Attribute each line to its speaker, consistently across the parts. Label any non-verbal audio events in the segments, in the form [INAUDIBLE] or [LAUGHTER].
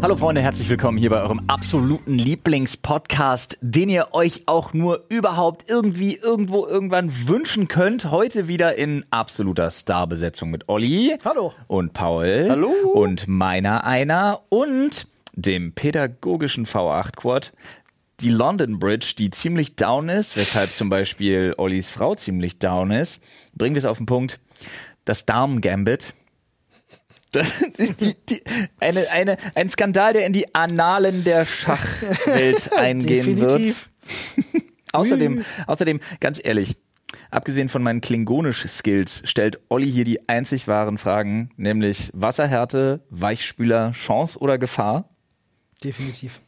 Speaker 1: Hallo Freunde, herzlich willkommen hier bei eurem absoluten Lieblingspodcast, den ihr euch auch nur überhaupt irgendwie irgendwo irgendwann wünschen könnt. Heute wieder in absoluter Starbesetzung mit Olli.
Speaker 2: Hallo.
Speaker 1: Und Paul.
Speaker 2: Hallo.
Speaker 1: Und meiner einer und dem pädagogischen V8 Quad. Die London Bridge, die ziemlich down ist, weshalb zum Beispiel Ollis Frau ziemlich down ist, bringen wir es auf den Punkt. Das Darm-Gambit. Das, die, die, eine, eine, ein Skandal, der in die Annalen der Schachwelt eingehen
Speaker 2: Definitiv.
Speaker 1: wird. Außerdem, außerdem, ganz ehrlich, abgesehen von meinen klingonisch-Skills stellt Olli hier die einzig wahren Fragen, nämlich Wasserhärte, Weichspüler, Chance oder Gefahr.
Speaker 2: Definitiv.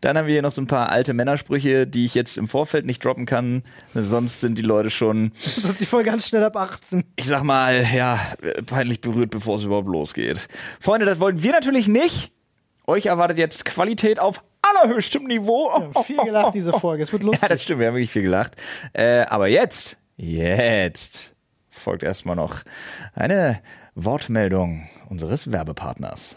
Speaker 1: Dann haben wir hier noch so ein paar alte Männersprüche, die ich jetzt im Vorfeld nicht droppen kann. Sonst sind die Leute schon,
Speaker 2: Sonst die Folge ganz schnell ab 18.
Speaker 1: ich sag mal, ja, peinlich berührt, bevor es überhaupt losgeht. Freunde, das wollten wir natürlich nicht. Euch erwartet jetzt Qualität auf allerhöchstem Niveau. [LAUGHS]
Speaker 2: Viel gelacht diese Folge. [LAUGHS] Es wird lustig.
Speaker 1: Ja, das stimmt, wir haben wirklich viel gelacht. Äh, aber jetzt, jetzt folgt erstmal noch eine Wortmeldung unseres Werbepartners.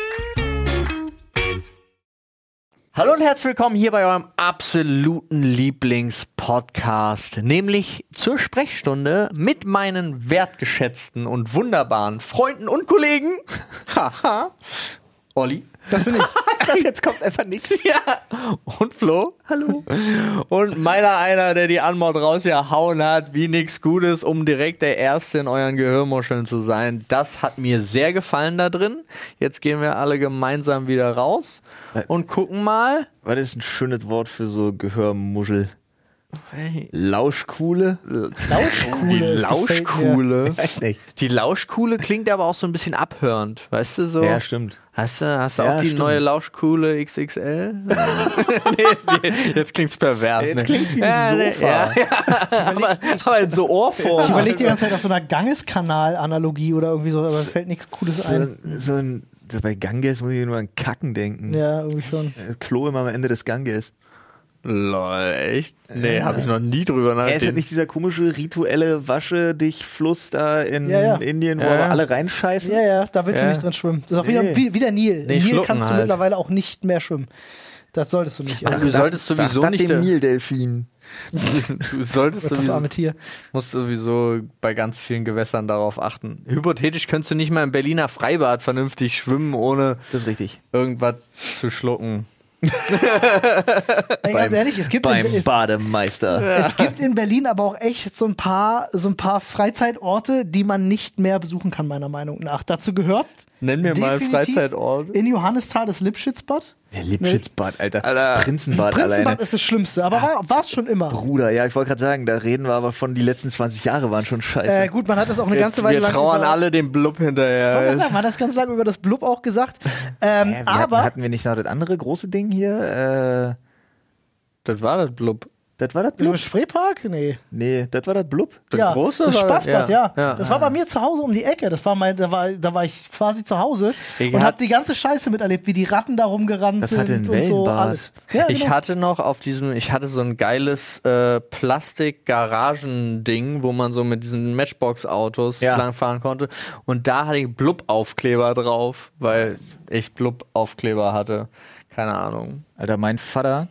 Speaker 3: Hallo und herzlich willkommen hier bei eurem absoluten Lieblingspodcast, nämlich zur Sprechstunde mit meinen wertgeschätzten und wunderbaren Freunden und Kollegen. [LAUGHS] Haha. Olli. Das [LAUGHS] bin ich. Jetzt kommt einfach nichts. [LAUGHS] Ja. Und Flo. Hallo. Und meiner einer, der die Anmod rausgehauen hat, wie nichts Gutes, um direkt der Erste in euren Gehörmuscheln zu sein. Das hat mir sehr gefallen da drin. Jetzt gehen wir alle gemeinsam wieder raus und gucken mal.
Speaker 1: Was ist ein schönes Wort für so Gehörmuschel? Lauschkuhle?
Speaker 2: Lauschkuhle.
Speaker 3: Die Lauschkuhle. [LAUGHS] Die Lauschkuhle klingt aber auch so ein bisschen abhörend, weißt du so?
Speaker 1: stimmt.
Speaker 3: Hast du, hast du
Speaker 1: Ja,
Speaker 3: auch die
Speaker 1: stimmt.
Speaker 3: neue Lauschkuhle
Speaker 1: [LAUGHS]
Speaker 3: XXL? [LAUGHS] nee, nee, jetzt klingt's pervers.
Speaker 1: Jetzt
Speaker 3: ne?
Speaker 1: klingt's wie ein
Speaker 3: ja, nee,
Speaker 1: Sofa.
Speaker 3: Ja, ja. Aber, aber in so Ohrform.
Speaker 2: Ich überlege die ganze Zeit auf so einer Gangeskanal-Analogie oder irgendwie so, aber mir fällt nichts Cooles ein.
Speaker 1: so ein, so bei Ganges muss ich nur an Kacken denken.
Speaker 2: Ja, irgendwie schon.
Speaker 1: Klo immer am Ende des Ganges.
Speaker 3: Lol, echt? Nee, hab ich noch nie
Speaker 1: Er
Speaker 3: drüber
Speaker 1: ist ja
Speaker 3: nachgedacht.
Speaker 1: nicht dieser komische rituelle Wasche dich Fluss da in
Speaker 2: Ja, ja.
Speaker 1: Indien, wo
Speaker 3: Ja,
Speaker 1: aber
Speaker 3: ja.
Speaker 1: alle reinscheißen.
Speaker 2: Ja, ja, da willst
Speaker 3: Ja.
Speaker 2: du nicht drin schwimmen. Das ist auch wieder, wie, wieder Nil.
Speaker 3: Nee,
Speaker 2: Nil
Speaker 3: schlucken
Speaker 2: kannst du
Speaker 3: halt.
Speaker 2: mittlerweile auch nicht mehr schwimmen. Das solltest du nicht. Also,
Speaker 3: du solltest sowieso nicht äh, der-
Speaker 1: Nildelfin.
Speaker 3: Du solltest
Speaker 2: das
Speaker 3: sowieso,
Speaker 2: arme Tier.
Speaker 3: musst sowieso bei ganz vielen Gewässern darauf achten. Hypothetisch könntest du nicht mal im Berliner Freibad vernünftig schwimmen, ohne
Speaker 1: Das ist richtig.
Speaker 3: irgendwas zu schlucken.
Speaker 2: Ey, ganz ehrlich, es gibt, in,
Speaker 1: Beim
Speaker 2: es,
Speaker 1: Bademeister.
Speaker 2: es gibt in Berlin aber auch echt so ein paar, so ein paar Freizeitorte, die man nicht mehr besuchen kann, meiner Meinung nach. Dazu gehört.
Speaker 3: Nenn mir mal
Speaker 2: definitiv
Speaker 3: Freizeitort.
Speaker 2: In Johannisthal das Lipschitzbad.
Speaker 1: Der Lipschitzbad, Alter.
Speaker 3: Alter.
Speaker 1: Prinzenbad, alleine. Ah.
Speaker 2: Prinzenbad ist das Schlimmste, aber war es schon immer.
Speaker 1: Bruder, ja, ich wollte gerade sagen, da reden wir aber von, die letzten 20 Jahre waren schon scheiße.
Speaker 2: Äh, gut, man hat das auch eine ganze Weile
Speaker 3: Wir
Speaker 2: lang.
Speaker 3: trauern
Speaker 2: über-
Speaker 3: alle dem Blub
Speaker 2: Ich wollte gerade sagen,
Speaker 3: hinterher.
Speaker 2: Man hat das ganz lange über das Blub auch gesagt. Ähm,
Speaker 1: Hä, wir hatten,
Speaker 2: aber
Speaker 1: hatten wir nicht noch das andere große Ding hier? Äh,
Speaker 3: Das war das Blub.
Speaker 1: Das war das
Speaker 2: Im
Speaker 1: Blub?
Speaker 2: Spreepark? Nee.
Speaker 1: Nee, das war das Blub.
Speaker 3: Der
Speaker 2: ja.
Speaker 3: große
Speaker 2: Das
Speaker 3: war-
Speaker 2: Spaßbad, ja.
Speaker 3: ja, ja.
Speaker 2: Das war bei mir zu Hause um die Ecke. Das war mein, da war, da war ich quasi zu Hause
Speaker 3: Ich
Speaker 2: und
Speaker 3: hab-
Speaker 2: hab die ganze Scheiße miterlebt, wie die Ratten da rumgerannt
Speaker 1: Das
Speaker 2: sind
Speaker 1: hatte ein
Speaker 2: und so
Speaker 1: Wellenbad.
Speaker 2: alles. Ja,
Speaker 3: Ich
Speaker 2: genau.
Speaker 3: hatte noch auf diesem, ich hatte so ein geiles äh, Plastik-Garagending, wo man so mit diesen Matchbox-Autos
Speaker 1: Ja.
Speaker 3: langfahren konnte. Und da hatte ich Blub-Aufkleber drauf, weil ich Blub-Aufkleber hatte. Keine Ahnung.
Speaker 1: Alter, mein Vater,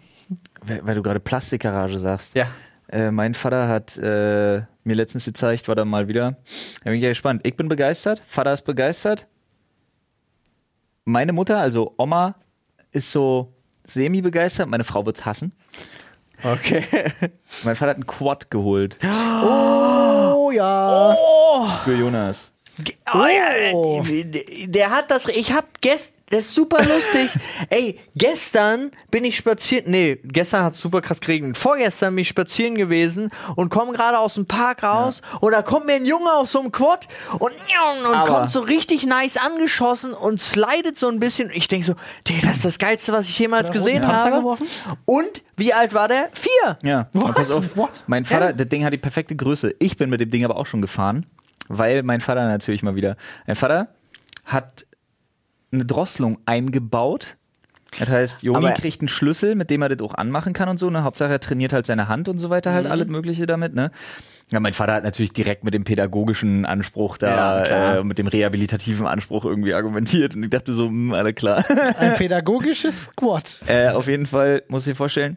Speaker 1: weil weil du gerade Plastikgarage sagst.
Speaker 3: Ja.
Speaker 1: Äh, mein Vater hat äh, mir letztens gezeigt, war da mal wieder. Da bin ich ja gespannt. Ich bin begeistert, Vater ist begeistert. Meine Mutter, also Oma, ist so semi-begeistert. Meine Frau wird's hassen.
Speaker 3: Okay.
Speaker 1: [LAUGHS] Mein Vater hat einen Quad geholt
Speaker 2: Oh ja.
Speaker 1: für Jonas.
Speaker 3: Oh, ja, der hat das. Ich hab gest. Das ist super lustig. [LAUGHS] Ey, gestern bin ich spazieren. Nee, gestern hat's super krass geregnet. Vorgestern bin ich spazieren gewesen und komme gerade aus dem Park raus und da kommt mir ein Junge auf so einem Quad und, und
Speaker 1: Aber-
Speaker 3: kommt so richtig nice angeschossen und slidet so ein bisschen. Ich denk so, Digga, das ist das Geilste, was ich jemals gesehen
Speaker 2: roten Panzer
Speaker 3: habe.
Speaker 2: geworfen?
Speaker 3: Und wie alt war der? Vier.
Speaker 1: Ja,
Speaker 2: What?
Speaker 1: und pass auf.
Speaker 2: What?
Speaker 1: Mein Vater,
Speaker 3: Ja.
Speaker 1: das Ding hat die perfekte Größe. Ich bin mit dem Ding aber auch schon gefahren, weil mein Vater natürlich mal wieder. Mein Vater hat eine Drosselung eingebaut. Das heißt, Joni
Speaker 3: Aber-
Speaker 1: kriegt einen Schlüssel, mit dem er das auch anmachen kann und so. Ne? Hauptsache, er trainiert halt seine Hand und so weiter,
Speaker 3: Mhm.
Speaker 1: halt alles Mögliche damit. Ne? Ja, mein Vater hat natürlich direkt mit dem pädagogischen Anspruch
Speaker 3: Ja,
Speaker 1: da,
Speaker 3: klar.
Speaker 1: äh, mit dem rehabilitativen Anspruch irgendwie argumentiert. Und ich dachte so, mh, alle klar.
Speaker 2: Ein pädagogisches Squad.
Speaker 1: Äh, auf jeden Fall muss ich dir vorstellen,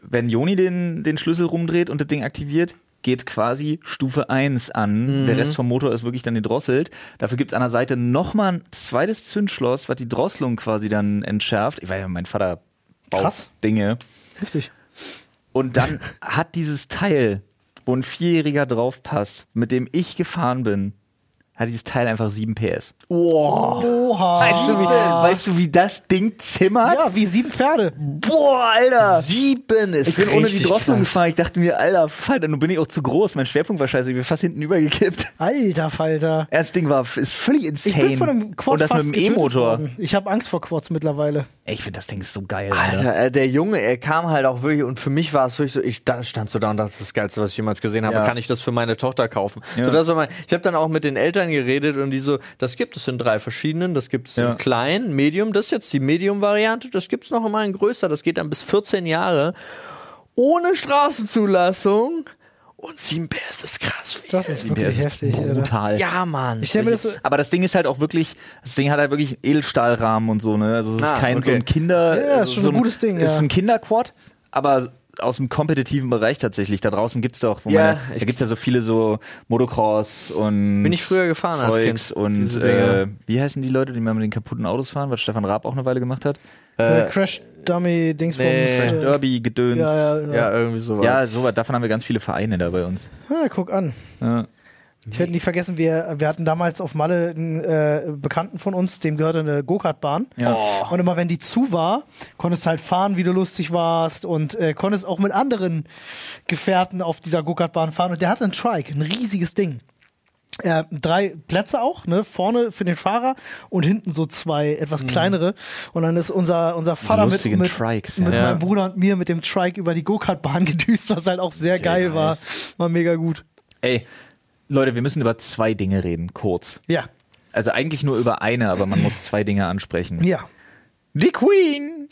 Speaker 1: wenn Joni den, den Schlüssel rumdreht und das Ding aktiviert, geht quasi Stufe 1 an.
Speaker 2: Mhm.
Speaker 1: Der Rest vom Motor ist wirklich dann gedrosselt. Dafür gibt's an der Seite nochmal ein zweites Zündschloss, was die Drosselung quasi dann entschärft. Ich weiß ja, mein Vater baut
Speaker 2: Krass.
Speaker 1: Dinge.
Speaker 2: Heftig.
Speaker 1: Und dann
Speaker 2: [LAUGHS]
Speaker 1: hat dieses Teil, wo ein Vierjähriger draufpasst, mit dem ich gefahren bin, hat dieses Teil einfach 7 PS.
Speaker 2: Oha.
Speaker 1: Weißt, du, wie, weißt du, wie das Ding zimmert?
Speaker 2: Ja, wie sieben Pferde.
Speaker 1: Boah, Alter!
Speaker 3: Sieben ist
Speaker 1: Ich bin ohne die
Speaker 3: richtig
Speaker 1: Drosselung
Speaker 3: krass.
Speaker 1: gefahren. Ich dachte mir, Alter, Falter, nun bin ich auch zu groß. Mein Schwerpunkt war scheiße. Ich bin fast hinten übergekippt. [LAUGHS]
Speaker 2: Alter Falter.
Speaker 1: Das Ding war, ist völlig
Speaker 2: Ich
Speaker 1: insane.
Speaker 2: bin von einem Quad
Speaker 1: Und das
Speaker 2: fast
Speaker 1: mit dem
Speaker 2: getötet
Speaker 1: E-Motor.
Speaker 2: worden. Ich habe Angst vor Quads mittlerweile.
Speaker 1: Ey, ich finde das Ding ist so geil, Alter.
Speaker 3: Alter, äh, der Junge, er kam halt auch wirklich und für mich war es wirklich so, ich da stand so da und dachte, das ist das Geilste, was ich jemals gesehen habe.
Speaker 1: Ja.
Speaker 3: Kann ich das für meine Tochter kaufen?
Speaker 1: Ja.
Speaker 3: So, das war mein, ich habe dann auch mit den Eltern geredet und die so, das gibt es in drei verschiedenen, das gibt es
Speaker 1: Ja.
Speaker 3: in klein, Medium, das ist jetzt die Medium-Variante, das gibt es noch immer in größer, das geht dann bis 14 Jahre. Ohne Straßenzulassung und 7 PS ist krass viel.
Speaker 2: Das ist
Speaker 1: Der
Speaker 2: wirklich
Speaker 1: ist
Speaker 2: heftig, Alter.
Speaker 1: brutal.
Speaker 3: ja, Mann.
Speaker 2: Ich stell mir das so.
Speaker 1: Aber das Ding ist halt auch wirklich, das Ding hat halt wirklich einen Edelstahlrahmen und so, ne? Also es ist
Speaker 3: Ah,
Speaker 1: kein so
Speaker 3: okay.
Speaker 1: ein Kinder.
Speaker 2: Ja, ja, ist
Speaker 1: also
Speaker 2: schon
Speaker 1: so
Speaker 2: ein gutes Ding,
Speaker 1: Ist
Speaker 2: ja.
Speaker 1: ein Kinderquad, aber aus dem kompetitiven Bereich tatsächlich. Da draußen gibt's doch, wo
Speaker 3: Ja,
Speaker 1: meine,
Speaker 3: ich-
Speaker 1: da gibt's ja so viele so Motocross und
Speaker 3: Bin ich früher gefahren als
Speaker 1: Zeugs
Speaker 3: Kind,
Speaker 1: und
Speaker 3: diese Dinge.
Speaker 1: äh, wie heißen die Leute, die mal mit den kaputten Autos fahren, was Stefan Raab auch eine Weile gemacht hat?
Speaker 2: Äh, Crash Dummy Dingsbums.
Speaker 3: nee.
Speaker 2: äh,
Speaker 3: Crash
Speaker 1: Derby, Gedöns.
Speaker 2: Ja, ja, ja.
Speaker 3: ja, irgendwie sowas.
Speaker 1: Ja, sowas, davon haben wir ganz viele Vereine da bei uns.
Speaker 2: Ah, guck an.
Speaker 1: Ja.
Speaker 2: Ich werde nie vergessen, wir, wir hatten damals auf Malle einen äh, Bekannten von uns, dem gehörte eine Go-Kart-Bahn.
Speaker 1: Ja.
Speaker 2: Und immer wenn die zu war, konntest halt fahren, wie du lustig warst und äh, konntest auch mit anderen Gefährten auf dieser Go-Kart-Bahn fahren. Und der hatte einen Trike, ein riesiges Ding. Äh, drei Plätze auch, ne? Vorne für den Fahrer und hinten so zwei etwas kleinere. Und dann ist unser, unser Vater mit,
Speaker 1: Mhm. lustigen
Speaker 2: mit,
Speaker 1: Trikes, ja.
Speaker 2: mit
Speaker 3: Ja.
Speaker 2: meinem Bruder und mir mit dem Trike über die Go-Kart-Bahn [LAUGHS] gedüst, was halt auch sehr geil war. War mega gut.
Speaker 1: Ey, Leute, wir müssen über zwei Dinge reden, kurz.
Speaker 2: Ja.
Speaker 1: Also eigentlich nur über eine, aber man muss zwei Dinge ansprechen.
Speaker 2: Ja.
Speaker 1: Die Queen!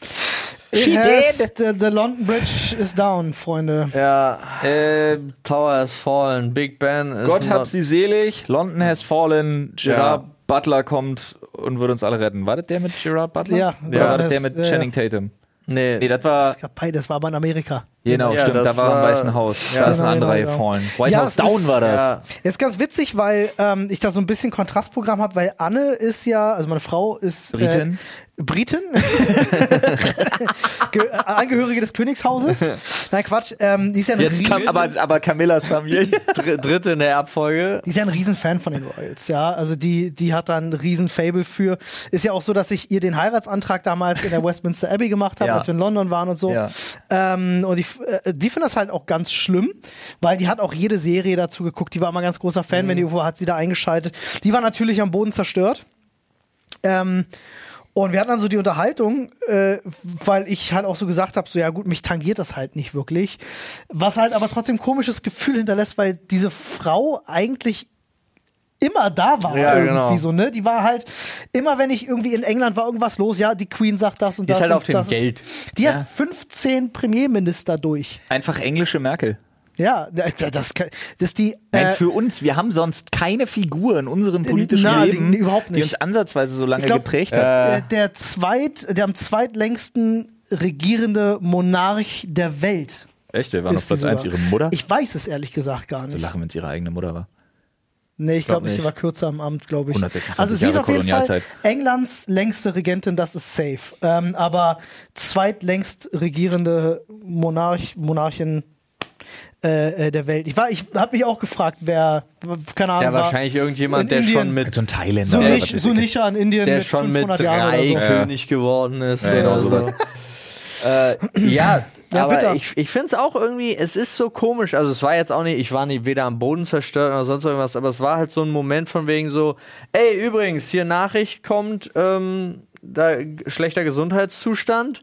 Speaker 2: She did. The, the London Bridge is down, Freunde.
Speaker 3: Ja, äh, Tower has fallen, Big Ben ist
Speaker 1: Ähm. Gott hab
Speaker 3: not-
Speaker 1: sie selig, London has fallen, Gerard
Speaker 3: Ja.
Speaker 1: Butler kommt und wird uns alle retten. War das der mit Gerard Butler?
Speaker 2: Ja.
Speaker 1: Oder
Speaker 2: Ja,
Speaker 1: war das
Speaker 2: das-
Speaker 1: der mit
Speaker 2: ja, ja.
Speaker 1: Channing Tatum?
Speaker 3: Nee,
Speaker 1: Nee, das war,
Speaker 2: Es gab beides, war aber in Amerika.
Speaker 1: genau,
Speaker 3: Ja,
Speaker 1: stimmt, da
Speaker 3: das
Speaker 1: war im
Speaker 3: war-
Speaker 1: Weißen Haus.
Speaker 3: Ja.
Speaker 1: Da ist eine
Speaker 2: Genau,
Speaker 1: andere
Speaker 2: genau, genau.
Speaker 1: gefallen. White
Speaker 2: Ja,
Speaker 1: House
Speaker 2: es
Speaker 1: Down
Speaker 2: ist-
Speaker 1: war das.
Speaker 3: Ja.
Speaker 2: Ist ganz witzig, weil ähm, ich da so ein bisschen Kontrastprogramm habe, weil Anne ist ja, also meine Frau ist
Speaker 1: Britin.
Speaker 2: Äh, Britin. [LAUGHS] Ge- äh, Angehörige
Speaker 1: [LAUGHS]
Speaker 2: des Königshauses. Nein, Quatsch. Ähm, die ist ja ein
Speaker 1: Jetzt
Speaker 2: Riesen-
Speaker 1: kam aber, aber Camillas Familie.
Speaker 3: [LAUGHS] Dr dritte in der Abfolge.
Speaker 2: [LAUGHS] Die ist ja ein Riesenfan von den Royals, ja. Also die, die hat da ein Riesenfable für. Ist ja auch so, dass ich ihr den Heiratsantrag damals
Speaker 1: [LAUGHS]
Speaker 2: in der Westminster Abbey gemacht habe,
Speaker 1: Ja.
Speaker 2: als wir in London waren und so.
Speaker 1: Ja.
Speaker 2: Ähm, und die, f- äh, die finden das halt auch ganz schlimm, weil die hat auch jede Serie dazu geguckt. Die war immer ganz großer
Speaker 1: Mhm.
Speaker 2: Fan, wenn die UFO hat sie da eingeschaltet. Die war natürlich am Boden zerstört. Ähm, Und wir hatten dann so die Unterhaltung, äh, weil ich halt auch so gesagt habe, so ja gut, mich tangiert das halt nicht wirklich. Was halt aber trotzdem ein komisches Gefühl hinterlässt, weil diese Frau eigentlich immer da war
Speaker 3: Ja,
Speaker 2: irgendwie
Speaker 3: genau.
Speaker 2: so, ne? Die war halt immer, wenn ich irgendwie in England war irgendwas los, ja, die Queen sagt das und
Speaker 3: Die ist
Speaker 2: das
Speaker 3: halt
Speaker 2: und
Speaker 3: auf dem
Speaker 2: das ist-
Speaker 3: Geld.
Speaker 2: Die hat 15 Premierminister durch.
Speaker 1: [LAUGHS] Einfach englische Merkel.
Speaker 2: Ja, da- da- das kann- das ist die
Speaker 1: Nein,
Speaker 2: äh,
Speaker 1: für uns, wir haben sonst keine Figur in unserem politischen
Speaker 2: na, die-
Speaker 1: Leben,
Speaker 2: die überhaupt
Speaker 1: die
Speaker 2: nicht.
Speaker 1: uns ansatzweise so lange
Speaker 2: Ich glaub,
Speaker 1: geprägt hat.
Speaker 3: äh.
Speaker 2: der, der zweit der am zweitlängsten regierende Monarch der Welt.
Speaker 1: Echt, wir waren auf
Speaker 2: Äh. ist
Speaker 1: Platz
Speaker 2: sie
Speaker 1: 1
Speaker 2: sogar.
Speaker 1: ihre Mutter?
Speaker 2: Ich weiß es ehrlich gesagt gar
Speaker 1: so
Speaker 2: nicht.
Speaker 1: lachen, wenn es ihre eigene Mutter war.
Speaker 2: Nee, ich
Speaker 1: glaub
Speaker 2: glaube nicht, sie
Speaker 1: nicht.
Speaker 2: war kürzer am Amt, glaube ich.
Speaker 1: 126
Speaker 2: also sie ist
Speaker 1: Jahre
Speaker 2: auf jeden Fall
Speaker 1: Kolonialzeit.
Speaker 2: Englands längste Regentin, das ist safe. Ähm, aber zweitlängst regierende Monarch, Monarchin äh, äh, der Welt. Ich, war- ich habe mich auch gefragt, wer, keine Ahnung,
Speaker 3: Ja,
Speaker 2: war
Speaker 3: wahrscheinlich
Speaker 2: in
Speaker 3: irgendjemand, der schon
Speaker 2: Indien.
Speaker 3: mit,
Speaker 1: Also ein Thailänder.
Speaker 2: Sunish-
Speaker 1: oder was
Speaker 3: nicht-
Speaker 1: weiß ich.
Speaker 2: Sunisha in Indien
Speaker 3: der
Speaker 2: mit
Speaker 3: schon mit
Speaker 2: 500 Jahren
Speaker 3: drei
Speaker 2: oder so.
Speaker 3: König geworden ist.
Speaker 1: Ja, genau so
Speaker 3: Also, äh, ja,
Speaker 2: Ja, bitter.
Speaker 3: aber ich, ich finde es auch irgendwie, es ist so komisch. Also es war jetzt auch nicht, ich war nie weder am Boden zerstört oder sonst irgendwas, aber es war halt so ein Moment von wegen so, ey, übrigens, hier Nachricht kommt, ähm, da, g- schlechter Gesundheitszustand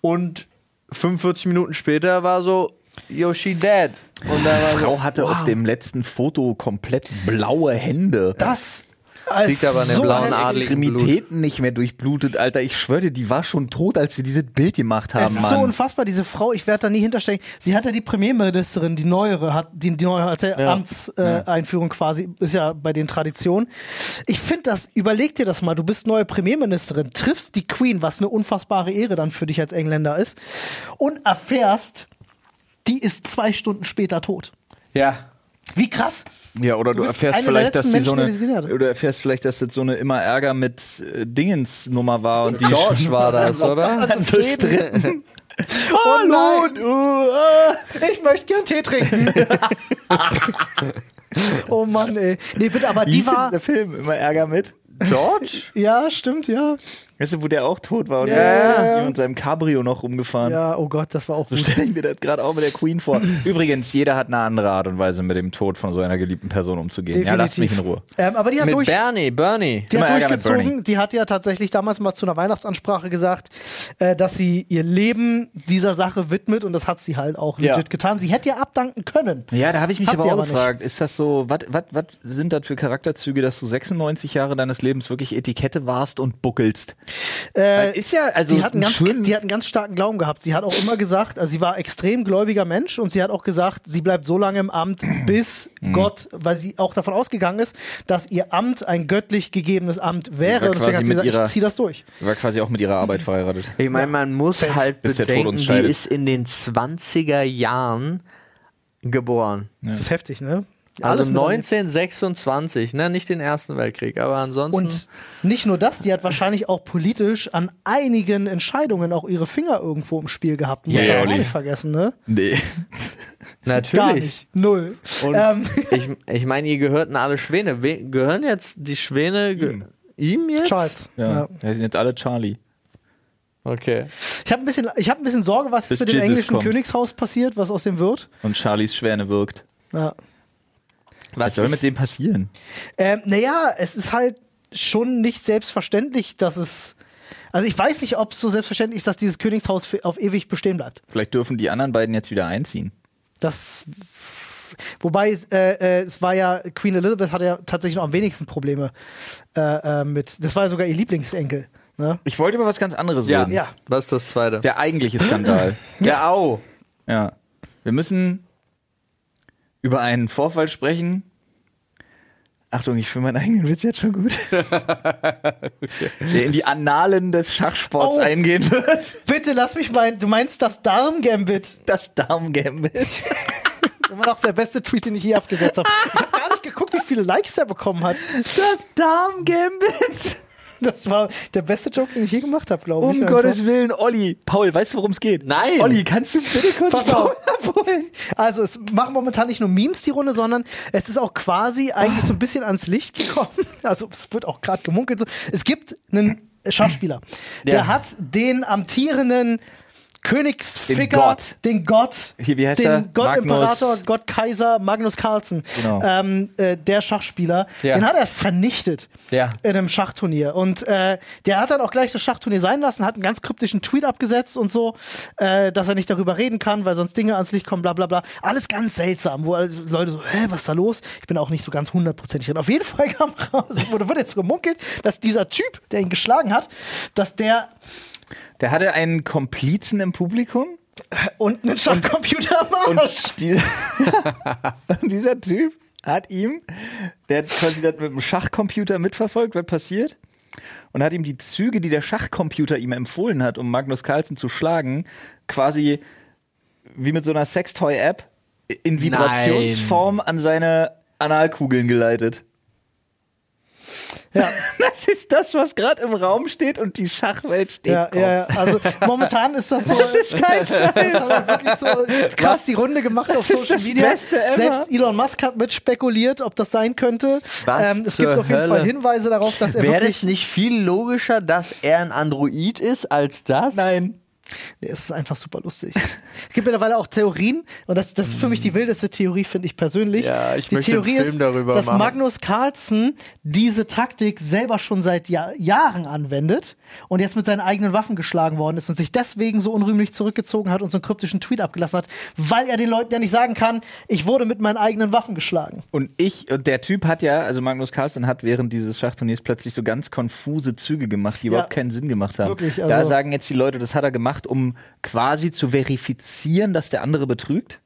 Speaker 3: und 45 Minuten später war so, Yoshi dead. Und dann
Speaker 1: Die
Speaker 3: war so,
Speaker 1: Frau hatte auf dem letzten Foto komplett blaue Hände. Ah,
Speaker 2: Das als
Speaker 3: liegt aber an dem
Speaker 2: Also so
Speaker 3: blauen
Speaker 2: heftig.
Speaker 3: Adel.
Speaker 1: Extremitäten nicht mehr durchblutet, Alter. Ich schwöre dir, die war schon tot, als sie dieses Bild gemacht
Speaker 2: Es
Speaker 1: haben,
Speaker 2: ist so
Speaker 1: Mann.
Speaker 2: unfassbar, diese Frau, ich werde da nie hinterstehen. Sie hat ja die Premierministerin, die neuere, hat die, die neuere als Amtseinführung quasi, ist ja bei den Traditionen. Ich finde das, überleg dir das mal, du bist neue Premierministerin, triffst die Queen, was eine unfassbare Ehre dann für dich als Engländer ist, und erfährst, die ist zwei Stunden später tot.
Speaker 3: ja.
Speaker 2: Wie krass.
Speaker 1: ja, oder
Speaker 2: du bist einer der letzten Menschen, die das gesehen hat.
Speaker 1: oder erfährst vielleicht, dass das so eine immer Ärger mit äh, Dingens Nummer war und die
Speaker 3: George war das, oder?
Speaker 2: [LAUGHS] Also Frieden.
Speaker 1: Hallo,
Speaker 2: Oh nein. [LAUGHS] Ich möchte gern Tee trinken. oh Mann, ey. Nee, bitte, aber die war.
Speaker 1: der Film immer Ärger mit.
Speaker 3: George?
Speaker 2: Ja, stimmt, ja.
Speaker 1: Weißt du, wo der auch tot war und
Speaker 2: Ja,
Speaker 1: der
Speaker 2: ja, ja.
Speaker 1: mit seinem Cabrio noch rumgefahren.
Speaker 2: Ja, oh Gott, das war auch gut.
Speaker 1: Stelle ich mir das gerade auch mit der Queen [LAUGHS] vor. Übrigens, jeder hat eine andere Art und Weise, mit dem Tod von so einer geliebten Person umzugehen. Ja, lasst mich in Ruhe.
Speaker 2: Ähm, aber die hat,
Speaker 3: Mit
Speaker 2: durch,
Speaker 3: Bernie, Bernie.
Speaker 2: die hat
Speaker 1: Immer Ärger mit
Speaker 2: durchgezogen.
Speaker 1: Bernie.
Speaker 2: Die hat ja tatsächlich damals mal zu einer Weihnachtsansprache gesagt, äh, dass sie ihr Leben dieser Sache widmet und das hat sie halt auch legit
Speaker 3: Ja.
Speaker 2: getan. Sie hätte ja abdanken können.
Speaker 1: Ja, da habe ich mich
Speaker 2: Hat sie
Speaker 1: aber auch
Speaker 2: aber nicht.
Speaker 1: gefragt, ist das so, was sind das für Charakterzüge, dass du 96 Jahre deines Lebens wirklich Etikette warst und buckelst?
Speaker 2: Äh,
Speaker 1: ist ja, also
Speaker 2: die, hat einen
Speaker 1: einen
Speaker 2: ganz,
Speaker 1: schönen-
Speaker 2: die hat einen ganz starken Glauben gehabt. Sie hat auch immer gesagt, also sie war extrem gläubiger Mensch und sie hat auch gesagt, sie bleibt so lange
Speaker 1: [CLEARS THROAT]
Speaker 2: im Amt, bis
Speaker 1: Mhm.
Speaker 2: Gott, weil sie auch davon ausgegangen ist, dass ihr Amt ein göttlich gegebenes Amt wäre.
Speaker 1: war
Speaker 2: Und deswegen
Speaker 1: quasi
Speaker 2: hat sie
Speaker 1: mit
Speaker 2: gesagt, ich
Speaker 1: ihrer-
Speaker 2: ziehe das durch.
Speaker 1: war quasi auch mit ihrer Arbeit verheiratet.
Speaker 3: Ich meine, man muss halt
Speaker 1: Bis der Tod
Speaker 3: bedenken,
Speaker 1: uns
Speaker 3: die
Speaker 1: scheidet.
Speaker 3: ist in den 20er Jahren geboren.
Speaker 2: Das ist heftig, ne?
Speaker 3: also
Speaker 2: mit-
Speaker 3: 1926, ne? Nicht den Ersten Weltkrieg, aber ansonsten.
Speaker 2: Und nicht nur das, die hat wahrscheinlich auch politisch an einigen Entscheidungen auch ihre Finger irgendwo im Spiel gehabt. Muss
Speaker 1: Ja,
Speaker 2: man
Speaker 1: ja,
Speaker 2: auch
Speaker 1: Olli.
Speaker 2: nicht vergessen, ne?
Speaker 1: [LAUGHS] Nee.
Speaker 2: Gar
Speaker 3: natürlich.
Speaker 2: nicht. Null.
Speaker 3: Und
Speaker 2: Ähm,
Speaker 3: ich, ich meine, ihr gehörten alle Schwäne. We gehören jetzt die Schwäne ge- ihm jetzt?
Speaker 2: Charles.
Speaker 1: Ja.
Speaker 2: Ja.
Speaker 1: Da sind jetzt alle Charlie.
Speaker 3: Okay.
Speaker 2: Ich habe ein, bisschen- ich hab ein bisschen Sorge, was
Speaker 1: Bis
Speaker 2: jetzt mit dem
Speaker 1: Jesus
Speaker 2: englischen
Speaker 1: kommt.
Speaker 2: Königshaus passiert, was aus dem wird.
Speaker 1: Und Charlies Schwäne wirkt.
Speaker 2: Ja.
Speaker 1: Was soll mit dem passieren?
Speaker 2: Ähm, naja, es ist halt schon nicht selbstverständlich, dass es. Also ich weiß nicht, ob es so selbstverständlich ist, dass dieses Königshaus für, auf ewig bestehen bleibt.
Speaker 1: Vielleicht dürfen die anderen beiden jetzt wieder einziehen.
Speaker 2: Das. Wobei es, äh, äh, es war ja, Queen Elizabeth hatte ja tatsächlich noch am wenigsten Probleme äh, äh, mit. Das war ja sogar ihr Lieblingsenkel. Ne?
Speaker 1: Ich wollte über was ganz anderes
Speaker 3: Ja.
Speaker 1: reden.
Speaker 2: Ja.
Speaker 3: Was ist das Zweite?
Speaker 1: Der eigentliche Skandal.
Speaker 3: Der Au.
Speaker 1: Ja. Wir müssen über einen Vorfall sprechen. Achtung, ich finde meinen eigenen Witz jetzt schon gut. Der in die Annalen des Schachsports
Speaker 2: Oh.
Speaker 1: eingehen wird.
Speaker 2: Bitte lass mich meinen, du meinst das Darmgambit.
Speaker 1: Das Darmgambit.
Speaker 2: Immer noch der beste Tweet, den ich je abgesetzt habe. Ich habe gar nicht geguckt, wie viele Likes der bekommen hat.
Speaker 1: Das Darmgambit.
Speaker 2: Das war der beste Joke, den ich je gemacht habe, glaube ich.
Speaker 1: Um
Speaker 2: einfach.
Speaker 1: Gottes Willen, Olli. Paul, weißt du, worum es geht?
Speaker 3: Nein.
Speaker 1: Olli, kannst du bitte kurz
Speaker 2: Pass
Speaker 1: Paul
Speaker 2: auf.
Speaker 1: abholen?
Speaker 2: Also es machen momentan nicht nur Memes die Runde, sondern es ist auch quasi eigentlich so ein bisschen ans Licht gekommen. [LAUGHS] Also es wird auch gerade gemunkelt. So. Es gibt einen Schachspieler, der
Speaker 3: Ja.
Speaker 2: hat den amtierenden Königsficker,
Speaker 1: Den Gott.
Speaker 2: den Gott,
Speaker 1: Hier, wie heißt
Speaker 2: den
Speaker 1: er?
Speaker 2: Gottimperator,
Speaker 1: Magnus-
Speaker 2: Gottkaiser Magnus Carlsen,
Speaker 1: Genau.
Speaker 2: ähm, äh, der Schachspieler,
Speaker 3: Ja.
Speaker 2: den hat er vernichtet
Speaker 3: Ja.
Speaker 2: in einem Schachturnier. Und äh, der hat dann auch gleich das Schachturnier sein lassen, hat einen ganz kryptischen Tweet abgesetzt und so, äh, dass er nicht darüber reden kann, weil sonst Dinge ans Licht kommen, bla bla bla. Alles ganz seltsam, wo alle Leute so, hä, was ist da los? Ich bin auch nicht so ganz hundertprozentig drin. Auf jeden Fall kam [LAUGHS] raus, wurde, wurde jetzt gemunkelt, dass dieser Typ, der ihn geschlagen hat, dass der
Speaker 1: Der hatte einen Komplizen im Publikum
Speaker 2: unten einen Schachcomputer am Arsch.
Speaker 1: und die- [LAUGHS] und dieser Typ hat ihm, der hat quasi das mit dem Schachcomputer mitverfolgt, was passiert und hat ihm die Züge, die der Schachcomputer ihm empfohlen hat, um Magnus Carlsen zu schlagen, quasi wie mit so einer Sextoy-App in Vibrationsform an seine Analkugeln
Speaker 2: [LAUGHS]
Speaker 1: geleitet.
Speaker 2: Ja.
Speaker 1: Das ist das, was gerade im Raum steht und die Schachwelt steht.
Speaker 2: Ja, ja, ja, also momentan ist
Speaker 1: [LAUGHS]
Speaker 2: das so.
Speaker 1: Das ist
Speaker 2: [LAUGHS]
Speaker 1: kein Scheiß.
Speaker 2: Das hat halt wirklich so krass die Runde gemacht auf
Speaker 1: ist
Speaker 2: Social
Speaker 1: das
Speaker 2: Media.
Speaker 1: Beste ever.
Speaker 2: Selbst Elon Musk hat mit spekuliert, ob das sein könnte. Ähm,
Speaker 3: Was
Speaker 2: es
Speaker 3: zur
Speaker 2: gibt auf jeden
Speaker 3: Hölle?
Speaker 2: Fall Hinweise darauf, dass er
Speaker 3: Wäre
Speaker 2: wirklich.
Speaker 3: es nicht viel logischer, dass er ein Android ist, als das?
Speaker 1: Nein.
Speaker 2: Nee, es ist einfach super lustig. es gibt mittlerweile auch Theorien, und das, das ist für mich die wildeste Theorie, finde ich persönlich.
Speaker 3: Mhm. Ja, ich
Speaker 2: die
Speaker 3: möchte einen
Speaker 2: Theorie
Speaker 3: Film
Speaker 2: ist,
Speaker 3: darüber
Speaker 2: dass
Speaker 3: machen.
Speaker 2: Magnus Carlsen diese Taktik selber schon seit Jahr, Jahren anwendet und jetzt mit seinen eigenen Waffen geschlagen worden ist und sich deswegen so unrühmlich zurückgezogen hat und so einen kryptischen Tweet abgelassen hat, weil er den Leuten ja nicht sagen kann, ich wurde mit meinen eigenen Waffen geschlagen.
Speaker 1: Und ich, und der Typ hat ja, also Magnus Carlsen hat während dieses Schachturniers plötzlich so ganz konfuse Züge gemacht, die überhaupt keinen Sinn gemacht haben.
Speaker 2: Wirklich,
Speaker 1: da
Speaker 2: also-
Speaker 1: sagen jetzt die Leute, das hat er gemacht, um quasi zu verifizieren, dass der andere betrügt.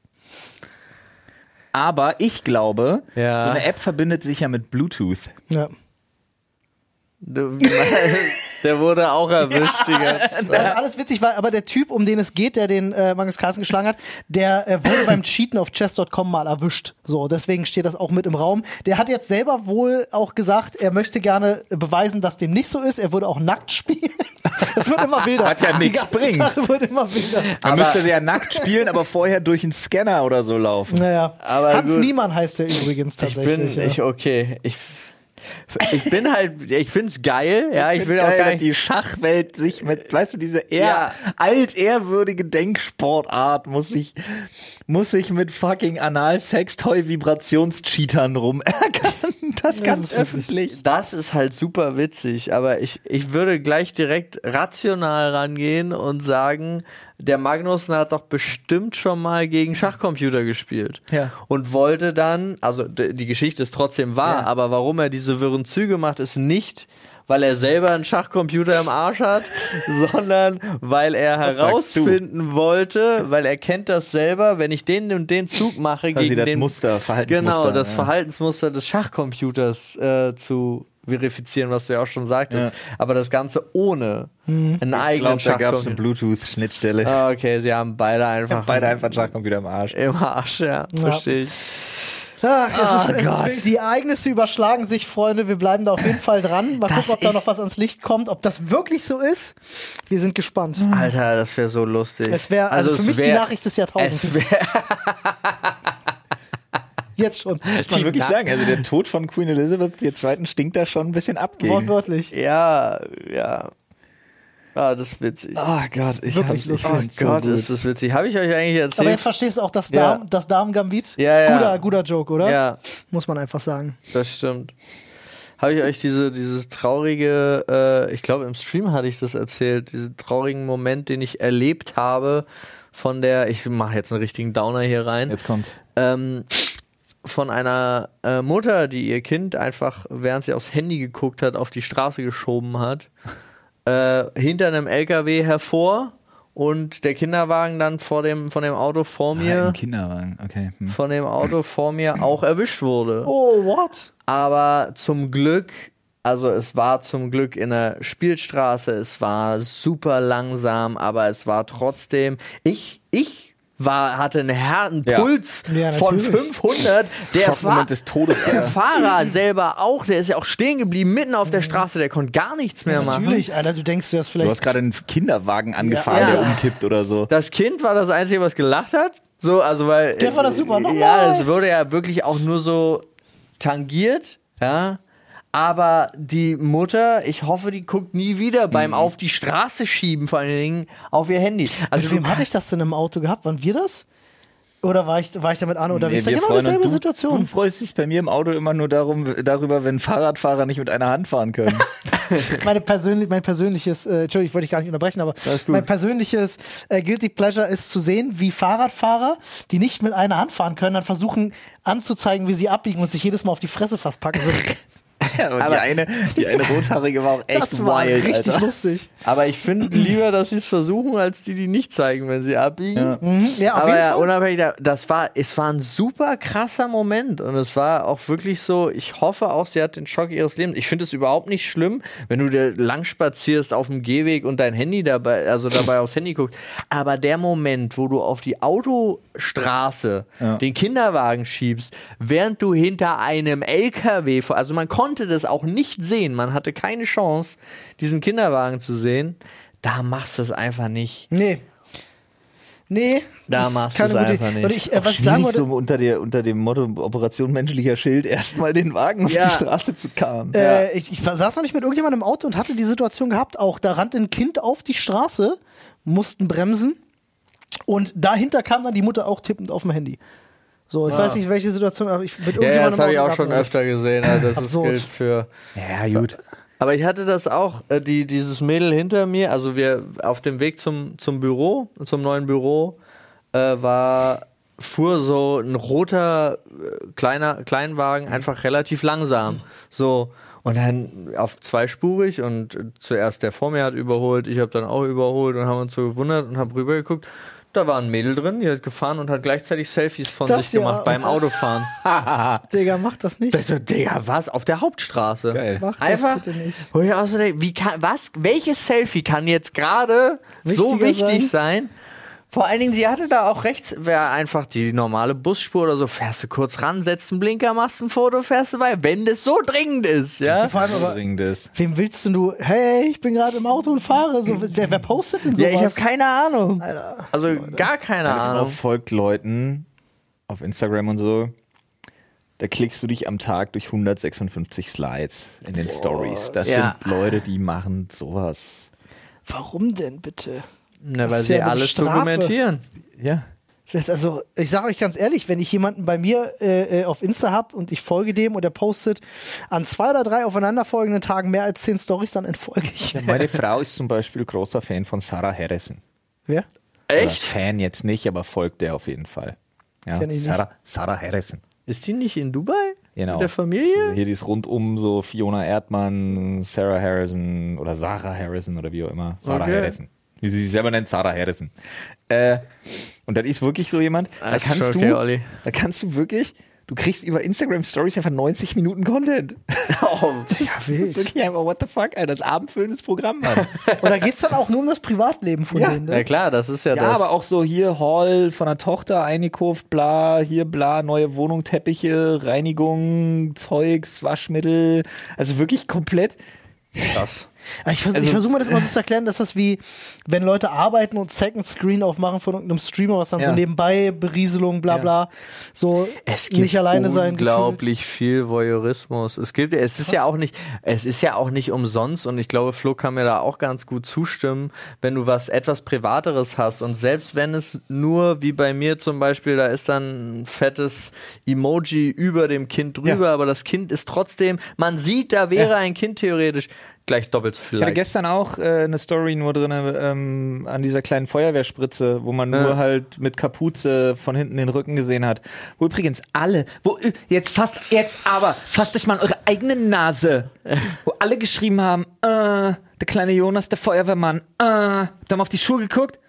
Speaker 1: Aber ich glaube,
Speaker 3: Ja.
Speaker 1: so eine App verbindet sich ja mit Bluetooth.
Speaker 2: Ja.
Speaker 3: [LAUGHS] Der wurde auch erwischt.
Speaker 2: [LAUGHS]
Speaker 3: Digga.
Speaker 2: Also alles witzig war, aber der Typ, um den es geht, der den äh, Magnus Carlsen geschlagen hat, der äh, wurde beim Cheaten auf chess.com mal erwischt. So, deswegen steht das auch mit im Raum. Der hat jetzt selber wohl auch gesagt, er möchte gerne beweisen, dass dem nicht so ist. Er würde auch nackt spielen. [LAUGHS] Es wird immer wilder.
Speaker 1: Hat ja
Speaker 2: Die
Speaker 1: nichts
Speaker 2: ganze
Speaker 1: bringt.
Speaker 2: Sache wird immer wilder.
Speaker 1: Man müsste [LAUGHS] ja nackt spielen, aber vorher durch einen Scanner oder so laufen.
Speaker 2: Naja,
Speaker 3: Aber
Speaker 2: Hans
Speaker 3: gut.
Speaker 2: Niemann heißt der übrigens
Speaker 3: Ich
Speaker 2: tatsächlich. ja.
Speaker 3: bin, ich, okay. Ich, ich bin halt, ich find's geil. Ja, ich, will auch
Speaker 1: Geil,
Speaker 3: gar
Speaker 1: dass
Speaker 3: nicht.
Speaker 1: die Schachwelt sich mit, weißt du, diese eher
Speaker 3: Ja.
Speaker 1: altehrwürdige Denksportart muss sich, muss sich mit fucking Anal-Sextoy-Vibrations-Cheatern rumärgern. [LAUGHS] Das ganz
Speaker 2: ist wirklich-
Speaker 1: öffentlich.
Speaker 3: Das ist halt super witzig, aber ich, ich würde gleich direkt rational rangehen und sagen, der Magnussen hat doch bestimmt schon mal gegen Schachcomputer gespielt.
Speaker 1: Ja.
Speaker 3: Und wollte dann, also d- die Geschichte ist trotzdem wahr,
Speaker 1: Ja.
Speaker 3: aber warum er diese wirren Züge macht, ist nicht, weil er selber einen Schachcomputer im Arsch
Speaker 1: [LAUGHS]
Speaker 3: hat, sondern weil er
Speaker 1: sagst du?
Speaker 3: herausfinden wollte, weil er kennt das selber, wenn ich den und den Zug mache
Speaker 1: Also
Speaker 3: gegen
Speaker 1: das
Speaker 3: den
Speaker 1: Muster, Verhaltensmuster,
Speaker 3: Genau, das
Speaker 1: ja.
Speaker 3: Verhaltensmuster des Schachcomputers äh, zu verifizieren, was du ja auch schon sagtest.
Speaker 1: Ja.
Speaker 3: Aber das Ganze ohne
Speaker 2: Mhm.
Speaker 1: Ich
Speaker 3: einen
Speaker 1: glaube, da gab
Speaker 3: eigenen
Speaker 1: es eine
Speaker 3: Schachcomputer.
Speaker 1: Bluetooth-Schnittstelle.
Speaker 3: Ah, okay, sie haben beide einfach,
Speaker 1: Beide einfach Schachcomputer im Arsch.
Speaker 3: im Arsch, ja. Verstehe ich.
Speaker 2: Ach, es ist,
Speaker 3: Ah, Gott.
Speaker 2: Es ist, die Ereignisse überschlagen sich, Freunde. Wir bleiben da auf jeden Fall dran. Mal
Speaker 3: Das
Speaker 2: gucken, ob da
Speaker 3: ist-
Speaker 2: noch was ans Licht kommt. Ob das wirklich so ist, wir sind gespannt.
Speaker 3: Alter, das wäre so lustig.
Speaker 2: Es wäre also, für
Speaker 3: es
Speaker 2: mich die
Speaker 3: wär-
Speaker 2: Nachricht des Jahrtausends.
Speaker 3: Es wäre
Speaker 2: Jetzt schon.
Speaker 1: Muss man wirklich sagen, also der Tod von Queen Elizabeth II. stinkt da schon ein bisschen ab gegen.
Speaker 2: Wortwörtlich.
Speaker 3: ja, ja. Ah, das ist witzig.
Speaker 1: Oh Gott, ich
Speaker 2: Wirklich
Speaker 1: hab's- ich
Speaker 2: lustig.
Speaker 1: find's
Speaker 3: oh Gott,
Speaker 1: so gut.
Speaker 3: ist das witzig. Habe ich euch eigentlich erzählt?
Speaker 2: Aber jetzt verstehst du auch das,
Speaker 3: Ja.
Speaker 2: Darm, das Damen-Gambit.
Speaker 3: Ja, ja.
Speaker 2: Guter, guter Joke, oder?
Speaker 3: Ja.
Speaker 2: Muss man einfach sagen.
Speaker 3: Das stimmt. Habe ich euch diese, dieses traurige, äh, ich glaube im Stream hatte ich das erzählt, diesen traurigen Moment, den ich erlebt habe von der, ich mache jetzt einen richtigen Downer hier rein,
Speaker 1: Jetzt kommt.
Speaker 3: ähm, von einer äh, Mutter, die ihr Kind einfach, während sie aufs Handy geguckt hat, auf die Straße geschoben hat, äh, hinter einem LKW hervor und der Kinderwagen dann vor dem, von dem Auto vor
Speaker 1: Ah,
Speaker 3: mir,
Speaker 1: Im Kinderwagen, okay. Hm.
Speaker 3: von dem Auto vor mir auch erwischt wurde.
Speaker 2: Oh, what?
Speaker 3: Aber zum Glück, also es war zum Glück in der Spielstraße, es war super langsam, aber es war trotzdem, ich, ich war, hatte einen harten
Speaker 1: Ja.
Speaker 3: Puls
Speaker 2: Ja,
Speaker 3: von
Speaker 2: natürlich.
Speaker 3: 500. Der, Fa
Speaker 1: Schockmoment des [LAUGHS] Todes,
Speaker 3: der
Speaker 1: Alter.
Speaker 3: Fahrer selber auch, der ist ja auch stehen geblieben mitten auf der Straße, der konnte gar nichts mehr machen.
Speaker 2: Natürlich, Alter, du denkst dir das
Speaker 1: Du
Speaker 2: vielleicht.
Speaker 1: hast gerade einen Kinderwagen angefahren,
Speaker 3: Ja.
Speaker 1: der umkippt oder so.
Speaker 3: Das Kind war das Einzige, was gelacht hat. So, also weil.
Speaker 2: Der war das super, nochmal.
Speaker 3: Ja, es wurde ja wirklich auch nur so tangiert, ja. Aber die Mutter, ich hoffe, die guckt nie wieder
Speaker 1: Mhm.
Speaker 3: beim Auf die Straße schieben, vor allen Dingen auf ihr Handy. Also
Speaker 2: Mit wem
Speaker 3: du-
Speaker 2: hatte ich das denn im Auto gehabt? Waren wir das? Oder war ich, war ich damit an unterwegs? Nee,
Speaker 1: wir
Speaker 2: genau
Speaker 1: freuen
Speaker 2: dieselbe
Speaker 1: uns. du, Du
Speaker 2: Situation.
Speaker 1: freust dich bei mir im Auto immer nur darum, darüber, wenn Fahrradfahrer nicht mit einer Hand fahren können.
Speaker 2: Meine persönlich, mein persönliches, äh, Entschuldigung, ich wollte dich gar nicht unterbrechen, aber mein persönliches äh, Guilty Pleasure ist zu sehen, wie Fahrradfahrer, die nicht mit einer Hand fahren können, dann versuchen anzuzeigen, wie sie abbiegen und sich jedes Mal auf die Fresse fast packen. So,
Speaker 1: [LAUGHS] Ja, aber, die, eine, die eine rothaarige
Speaker 3: [LAUGHS]
Speaker 1: war auch echt
Speaker 2: das war
Speaker 1: wild.
Speaker 2: richtig
Speaker 1: Alter.
Speaker 2: lustig.
Speaker 3: aber ich finde lieber, dass sie es versuchen, als die, die nicht zeigen, wenn sie abbiegen.
Speaker 2: Mhm, ja, auf
Speaker 3: aber
Speaker 2: jeden
Speaker 3: ja, oh.
Speaker 2: Fall.
Speaker 3: unabhängig, da- das war, es war ein super krasser Moment und es war auch wirklich so, ich hoffe auch, sie hat den Schock ihres Lebens. Ich finde es überhaupt nicht schlimm, wenn du dir lang spazierst auf dem Gehweg und dein Handy dabei, also dabei aufs Handy guckst. Aber der Moment, wo du auf die Autostraße den Kinderwagen schiebst, während du hinter einem LKW, vor- also man konnte das auch nicht sehen, man hatte keine Chance, diesen Kinderwagen zu sehen, da machst du es einfach nicht.
Speaker 2: Nee. Nee,
Speaker 3: Da
Speaker 2: das ist
Speaker 3: machst
Speaker 2: keine
Speaker 3: du's
Speaker 2: gute-
Speaker 3: einfach nicht.
Speaker 2: Und ich, äh, was ich sagen
Speaker 1: Schwierig,
Speaker 2: wollte,
Speaker 1: so unter, der, unter dem Motto Operation menschlicher Schild erstmal den Wagen auf
Speaker 3: Ja.
Speaker 1: die Straße zu karren.
Speaker 2: Äh, ich, ich saß noch nicht mit irgendjemandem im Auto und hatte die Situation gehabt, auch da rannte ein Kind auf die Straße, mussten bremsen und dahinter kam dann die Mutter auch tippend auf dem Handy. So, ich weiß nicht, welche Situation, aber ich mit
Speaker 3: Ah. Ja, ja, das
Speaker 2: irgendjemandem
Speaker 3: habe ich
Speaker 2: im Auto
Speaker 3: auch schon
Speaker 2: gehabt.
Speaker 3: öfter gesehen. Also das ist
Speaker 2: Absurd.
Speaker 3: gilt für.
Speaker 4: Ja, gut.
Speaker 3: Aber ich hatte das auch, äh, die, dieses Mädel hinter mir, also wir auf dem Weg zum, zum Büro, zum neuen Büro, äh, war, fuhr so ein roter äh, kleiner
Speaker 2: Mhm.
Speaker 3: Kleinwagen einfach relativ langsam. So. Und dann auf zweispurig und äh, zuerst der vor mir hat überholt, ich habe dann auch überholt und haben uns so gewundert und habe rübergeguckt. Da war ein Mädel drin, die hat gefahren und hat gleichzeitig Selfies von
Speaker 2: Das
Speaker 3: sich
Speaker 2: ja.
Speaker 3: gemacht beim Autofahren.
Speaker 2: Digga, mach das nicht.
Speaker 3: Also, Digga, was? Auf der Hauptstraße.
Speaker 1: Geil.
Speaker 2: Mach das
Speaker 3: Einfach.
Speaker 2: bitte nicht.
Speaker 3: Wo ich auch so denke, wie kann, was, welches Selfie kann jetzt gerade so
Speaker 2: Wichtiger
Speaker 3: wichtig sein? Vor allen Dingen, sie hatte da auch rechts, wäre einfach die normale Busspur oder so, fährst du kurz ran, setzt einen Blinker, machst ein Foto, fährst du bei, wenn das so dringend ist, ja?
Speaker 2: Vor allem
Speaker 1: Was
Speaker 2: aber,
Speaker 1: dringend ist.
Speaker 2: wem willst denn du, hey, ich bin gerade im Auto und fahre, so, wer, wer postet denn
Speaker 3: Ja,
Speaker 2: sowas?
Speaker 3: ich habe keine Ahnung.
Speaker 2: Alter.
Speaker 3: Also gar keine
Speaker 1: Meine Frau
Speaker 3: Ahnung.
Speaker 1: Äh, folgt Leuten auf Instagram und so. Da klickst du dich am Tag durch 156 Slides in den Stories. Das
Speaker 3: Ja.
Speaker 1: sind Leute, die machen sowas.
Speaker 2: Warum denn bitte?
Speaker 3: Na,
Speaker 2: Das
Speaker 3: weil
Speaker 2: ist
Speaker 3: sie
Speaker 2: ja eine
Speaker 3: alles
Speaker 2: Strafe.
Speaker 3: dokumentieren.
Speaker 1: Ja.
Speaker 2: Das ist also, ich sage euch ganz ehrlich, wenn ich jemanden bei mir äh, äh, auf Insta hab und ich folge dem und er postet an zwei oder drei aufeinanderfolgenden Tagen mehr als zehn Stories, dann entfolge ich.
Speaker 1: Meine Frau ist zum Beispiel großer Fan von Sarah Harrison.
Speaker 2: Wer?
Speaker 1: Oder
Speaker 3: Echt?
Speaker 1: Fan jetzt nicht, aber folgt der auf jeden Fall. Ja,
Speaker 2: Kenn ich nicht.
Speaker 1: Sarah, Sarah Harrison.
Speaker 3: Ist die nicht in Dubai?
Speaker 1: Genau.
Speaker 3: Mit der Familie?
Speaker 1: So, hier die ist rundum so Fiona Erdmann, Sarah Harrison oder Sarah Harrison oder wie auch immer. Sarah
Speaker 3: Okay.
Speaker 1: Harrison. Wie sie sich selber nennt, Sarah Harrison. Äh, und das ist wirklich so jemand, da
Speaker 3: Das ist schon
Speaker 1: kannst,
Speaker 3: okay,
Speaker 1: du,
Speaker 3: Olli.
Speaker 1: da kannst du wirklich, du kriegst über Instagram Stories einfach 90 Minuten Content.
Speaker 3: [LAUGHS] Oh,
Speaker 1: [LAUGHS] Das ist wirklich einfach, what the fuck, Alter, das abendfüllendes Programm, Mann.
Speaker 2: Oder geht's dann auch nur um das Privatleben von
Speaker 1: Ja.
Speaker 2: denen?
Speaker 3: ja
Speaker 2: Ne?
Speaker 3: klar, das ist ja,
Speaker 1: Ja,
Speaker 3: das.
Speaker 1: aber auch so hier Hall von der Tochter eingekauft, bla, hier bla, neue Wohnung, Teppiche, Reinigung, Zeugs, Waschmittel. Also wirklich komplett.
Speaker 3: krass.
Speaker 2: Ich, vers ich
Speaker 1: also-
Speaker 2: versuche mir das immer so zu erklären, dass das wie, wenn Leute arbeiten und Second Screen aufmachen von irgendeinem Streamer, was dann so
Speaker 1: Ja.
Speaker 2: nebenbei, Berieselung, bla bla, so nicht alleine sein.
Speaker 3: Unglaublich viel Voyeurismus. Es gibt, es ist ja auch nicht, es ist ja auch nicht umsonst und ich glaube, Flo kann mir da auch ganz gut zustimmen, wenn du was etwas Privateres hast und selbst wenn es nur wie bei mir zum Beispiel, da ist dann ein fettes Emoji über dem Kind drüber, aber das Kind ist trotzdem, man sieht, da wäre ein Kind theoretisch gleich doppelt so viel.
Speaker 1: Ich hatte
Speaker 3: Likes.
Speaker 1: gestern auch äh, eine Story nur drin ähm, an dieser kleinen Feuerwehrspritze, wo man nur halt mit Kapuze von hinten den Rücken gesehen hat.
Speaker 4: Wo übrigens alle, wo ü- jetzt fast, jetzt aber, fasst euch mal an eure eigene
Speaker 1: [LAUGHS]
Speaker 4: Nase. Wo alle geschrieben haben, äh, der kleine Jonas, der Feuerwehrmann, äh, da haben wir auf die Schuhe geguckt,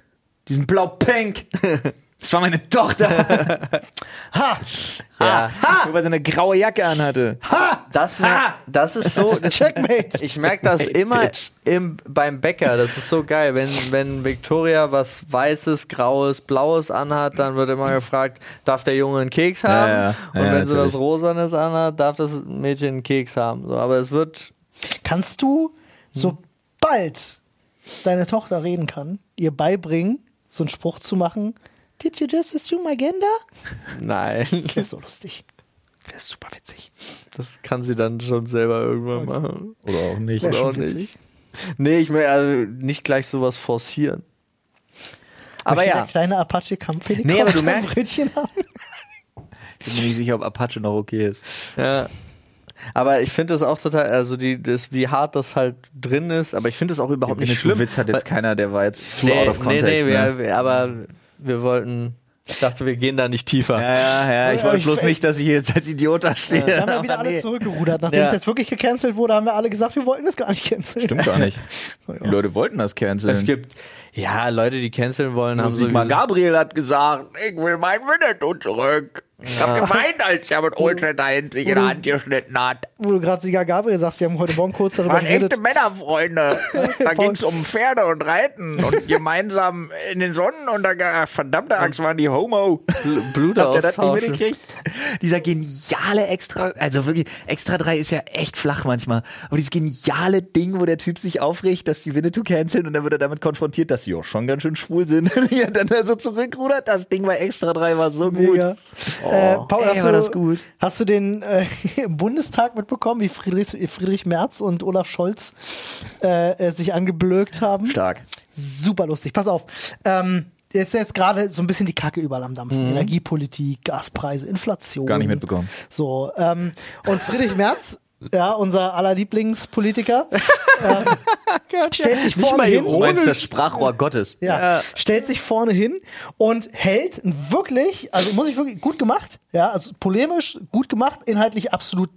Speaker 4: die sind
Speaker 1: [LAUGHS]
Speaker 4: blau-pink. Das war meine Tochter,
Speaker 2: Ha!
Speaker 4: [LAUGHS]
Speaker 3: Ja.
Speaker 1: Nur weil sie eine graue Jacke anhatte.
Speaker 3: Das, mer- das ist so. das-
Speaker 2: Checkmate.
Speaker 3: Ich merke das immer im, beim Bäcker. Das ist so geil. Wenn, wenn Victoria was Weißes, Graues, Blaues anhat, dann wird immer gefragt, darf der Junge einen Keks haben?
Speaker 1: ja.
Speaker 3: Und
Speaker 1: Ja,
Speaker 3: wenn sie was
Speaker 1: natürlich.
Speaker 3: Rosanes anhat, darf das Mädchen einen Keks haben. So, aber es wird.
Speaker 2: Kannst
Speaker 3: Hm.
Speaker 2: du, sobald deine Tochter reden kann, ihr beibringen, so einen Spruch zu machen? Did you just assume my gender?
Speaker 3: Nein.
Speaker 2: Das ist so lustig.
Speaker 3: Das ist super witzig. Das kann sie dann schon selber irgendwann machen.
Speaker 1: Oder auch nicht.
Speaker 5: Wär
Speaker 3: Oder
Speaker 5: schon
Speaker 3: auch
Speaker 5: witzig.
Speaker 3: nicht. Nee, ich meine, also nicht gleich sowas forcieren. Aber
Speaker 2: Möchte
Speaker 3: ja.
Speaker 2: Der kleine apache kampfhelikopter
Speaker 3: Nee, aber du
Speaker 2: ein
Speaker 3: merkst-
Speaker 2: Brötchen haben?
Speaker 3: [LAUGHS]
Speaker 1: Ich bin mir nicht sicher, ob Apache noch okay ist.
Speaker 3: Ja. Aber ich finde das auch total, also die, das, wie hart das halt drin ist, aber ich finde das auch überhaupt nicht schlimm.
Speaker 1: Witz hat halt jetzt keiner, der war jetzt zu
Speaker 3: nee,
Speaker 1: out of context.
Speaker 3: nee, nee,
Speaker 1: ne?
Speaker 3: wir, wir, aber wir wollten, ich dachte, wir gehen da nicht tiefer.
Speaker 1: Ja, ja, ja, ich
Speaker 2: Ja,
Speaker 1: wollte
Speaker 2: ich-
Speaker 1: bloß nicht, dass ich jetzt als Idiot da stehe.
Speaker 2: Wir haben ja wieder
Speaker 1: Aber
Speaker 2: alle
Speaker 1: nee.
Speaker 2: zurückgerudert. Nachdem
Speaker 3: Ja.
Speaker 2: es jetzt wirklich gecancelt wurde, haben wir alle gesagt, wir wollten es gar nicht canceln.
Speaker 1: Stimmt gar [LAUGHS] nicht.
Speaker 2: So, ja.
Speaker 1: Die Leute wollten das canceln.
Speaker 3: Es gibt, ja, Leute, die canceln wollen, haben
Speaker 1: Sigmar
Speaker 3: sowieso-
Speaker 1: Gabriel hat gesagt, ich will mein Winnetou zurück. Ich hab gemeint, als er mit Ultradein sich in der Hand geschnitten hat.
Speaker 2: Wo du gerade Sieger Gabriel sagst, wir haben heute Morgen kurz darüber
Speaker 1: Waren
Speaker 2: geredet.
Speaker 1: echte [LAUGHS] Männerfreunde. Da
Speaker 2: Paul-
Speaker 1: ging's um Pferde und Reiten und [LAUGHS] gemeinsam in den Sonnenuntergang. Ach, Verdammte Angst, waren die Homo.
Speaker 3: Bl- Blut austauschen.
Speaker 1: Dieser geniale Extra, also wirklich, Extra 3 ist ja echt flach manchmal. Aber dieses geniale Ding, wo der Typ sich aufregt, dass die Winnetou canceln und dann wird er damit konfrontiert, dass sie auch schon ganz schön schwul sind. Und wie er dann da so zurückrudert, das Ding bei Extra 3 war so
Speaker 2: Mega.
Speaker 1: gut.
Speaker 3: Oh,
Speaker 2: Äh, Paul,
Speaker 1: ey,
Speaker 2: hast,
Speaker 1: war
Speaker 2: du,
Speaker 1: das gut.
Speaker 2: hast du den äh, [LAUGHS] im Bundestag mitbekommen, wie Friedrich, Friedrich Merz und Olaf Scholz äh, äh, sich angeblökt haben?
Speaker 1: Stark.
Speaker 2: Super lustig. Pass auf. Ähm, jetzt jetzt gerade so ein bisschen die Kacke überall am Dampfen. Energiepolitik, Gaspreise, Inflation.
Speaker 1: Mhm. Gar nicht mitbekommen.
Speaker 2: So, ähm, und Friedrich Merz, ja, unser
Speaker 1: [LAUGHS]
Speaker 2: aller Lieblingspolitiker, ähm, stellt sich
Speaker 1: Nicht
Speaker 2: vorne
Speaker 1: mal
Speaker 2: hin.
Speaker 1: ironisch. Du meinst das Sprachrohr Gottes.
Speaker 2: Ja, stellt sich vorne hin und hält ein wirklich, also muss ich wirklich, gut gemacht, ja, also polemisch, gut gemacht, inhaltlich absolut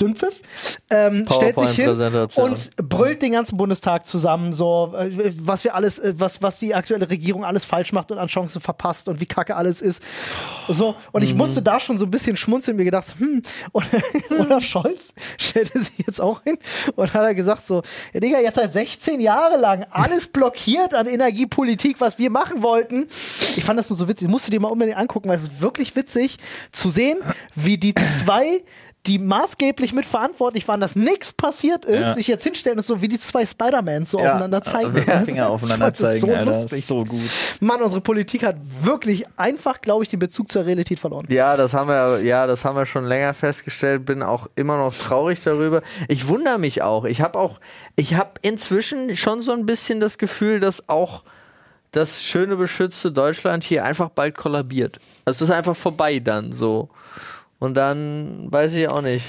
Speaker 2: Dünnpfiff, ähm, stellt sich hin
Speaker 3: PowerPoint-Präsentation.
Speaker 2: und brüllt den ganzen Bundestag zusammen, so, äh, was wir alles, äh, was, was die aktuelle Regierung alles falsch macht und an Chancen verpasst und wie kacke alles ist. So, und
Speaker 1: Mhm.
Speaker 2: ich musste da schon so ein bisschen schmunzeln, mir gedacht, hm, [LAUGHS] und Olaf Scholz stellte sich jetzt auch hin und hat er gesagt so, ja, Digga, ihr habt halt 16 Jahre lang
Speaker 1: [LAUGHS]
Speaker 2: alles blockiert an Energiepolitik, was wir machen wollten. Ich fand das nur so witzig, musst du dir mal unbedingt angucken, weil es ist wirklich witzig zu sehen, wie die zwei die maßgeblich mitverantwortlich waren, dass nichts passiert ist, sich jetzt hinstellen und so wie die zwei Spider-Mans so aufeinander zeigen.
Speaker 1: Finger aufeinander
Speaker 2: [LAUGHS] Das ist
Speaker 1: zeigen,
Speaker 2: so
Speaker 1: Alter. Das
Speaker 2: lustig.
Speaker 1: ist so gut.
Speaker 2: Mann, unsere Politik hat wirklich einfach, glaube ich, den Bezug zur Realität verloren.
Speaker 3: Ja, das haben wir, ja, das haben wir schon länger festgestellt. Bin auch immer noch traurig darüber. Ich wundere mich auch. Ich habe auch, ich habe inzwischen schon so ein bisschen das Gefühl, dass auch das schöne beschützte Deutschland hier einfach bald kollabiert. Also es ist einfach vorbei dann so. Und dann weiß ich auch nicht.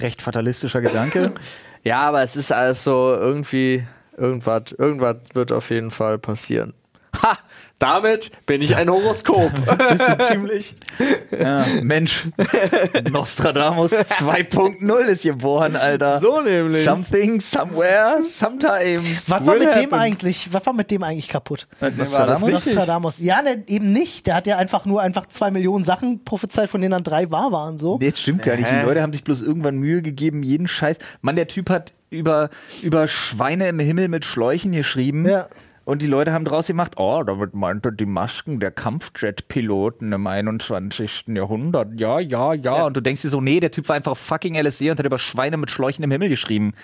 Speaker 1: Recht fatalistischer Gedanke.
Speaker 3: Ja, aber es ist alles so irgendwie, irgendwas, irgendwas wird auf jeden Fall passieren. Ha! Damit bin ich ein
Speaker 2: [LAUGHS]
Speaker 3: Horoskop.
Speaker 1: Bist du ziemlich. Ja, Mensch, Nostradamus 2.0 ist geboren, Alter.
Speaker 3: So nämlich.
Speaker 1: Something, somewhere, sometimes.
Speaker 2: Was war
Speaker 3: Will
Speaker 2: mit dem
Speaker 3: happen.
Speaker 2: eigentlich? Was war mit dem eigentlich kaputt?
Speaker 3: Nostradamus? Richtig.
Speaker 2: Nostradamus. Ja, ne, eben nicht. Der hat ja einfach nur einfach zwei Millionen Sachen prophezeit, von denen dann drei wahr waren. So.
Speaker 1: Nee, das stimmt gar nicht. Die
Speaker 3: Hä?
Speaker 1: Leute haben sich bloß irgendwann Mühe gegeben, jeden Scheiß. Mann, der Typ hat über, über Schweine im Himmel mit Schläuchen geschrieben.
Speaker 2: Ja.
Speaker 1: Und die Leute haben draus gemacht, oh, damit meinte die Masken der Kampfjet-Piloten im 21. Jahrhundert. Ja, ja, ja, Und du denkst dir so, nee, der Typ war einfach fucking LSD und hat über Schweine mit Schläuchen im Himmel geschrieben.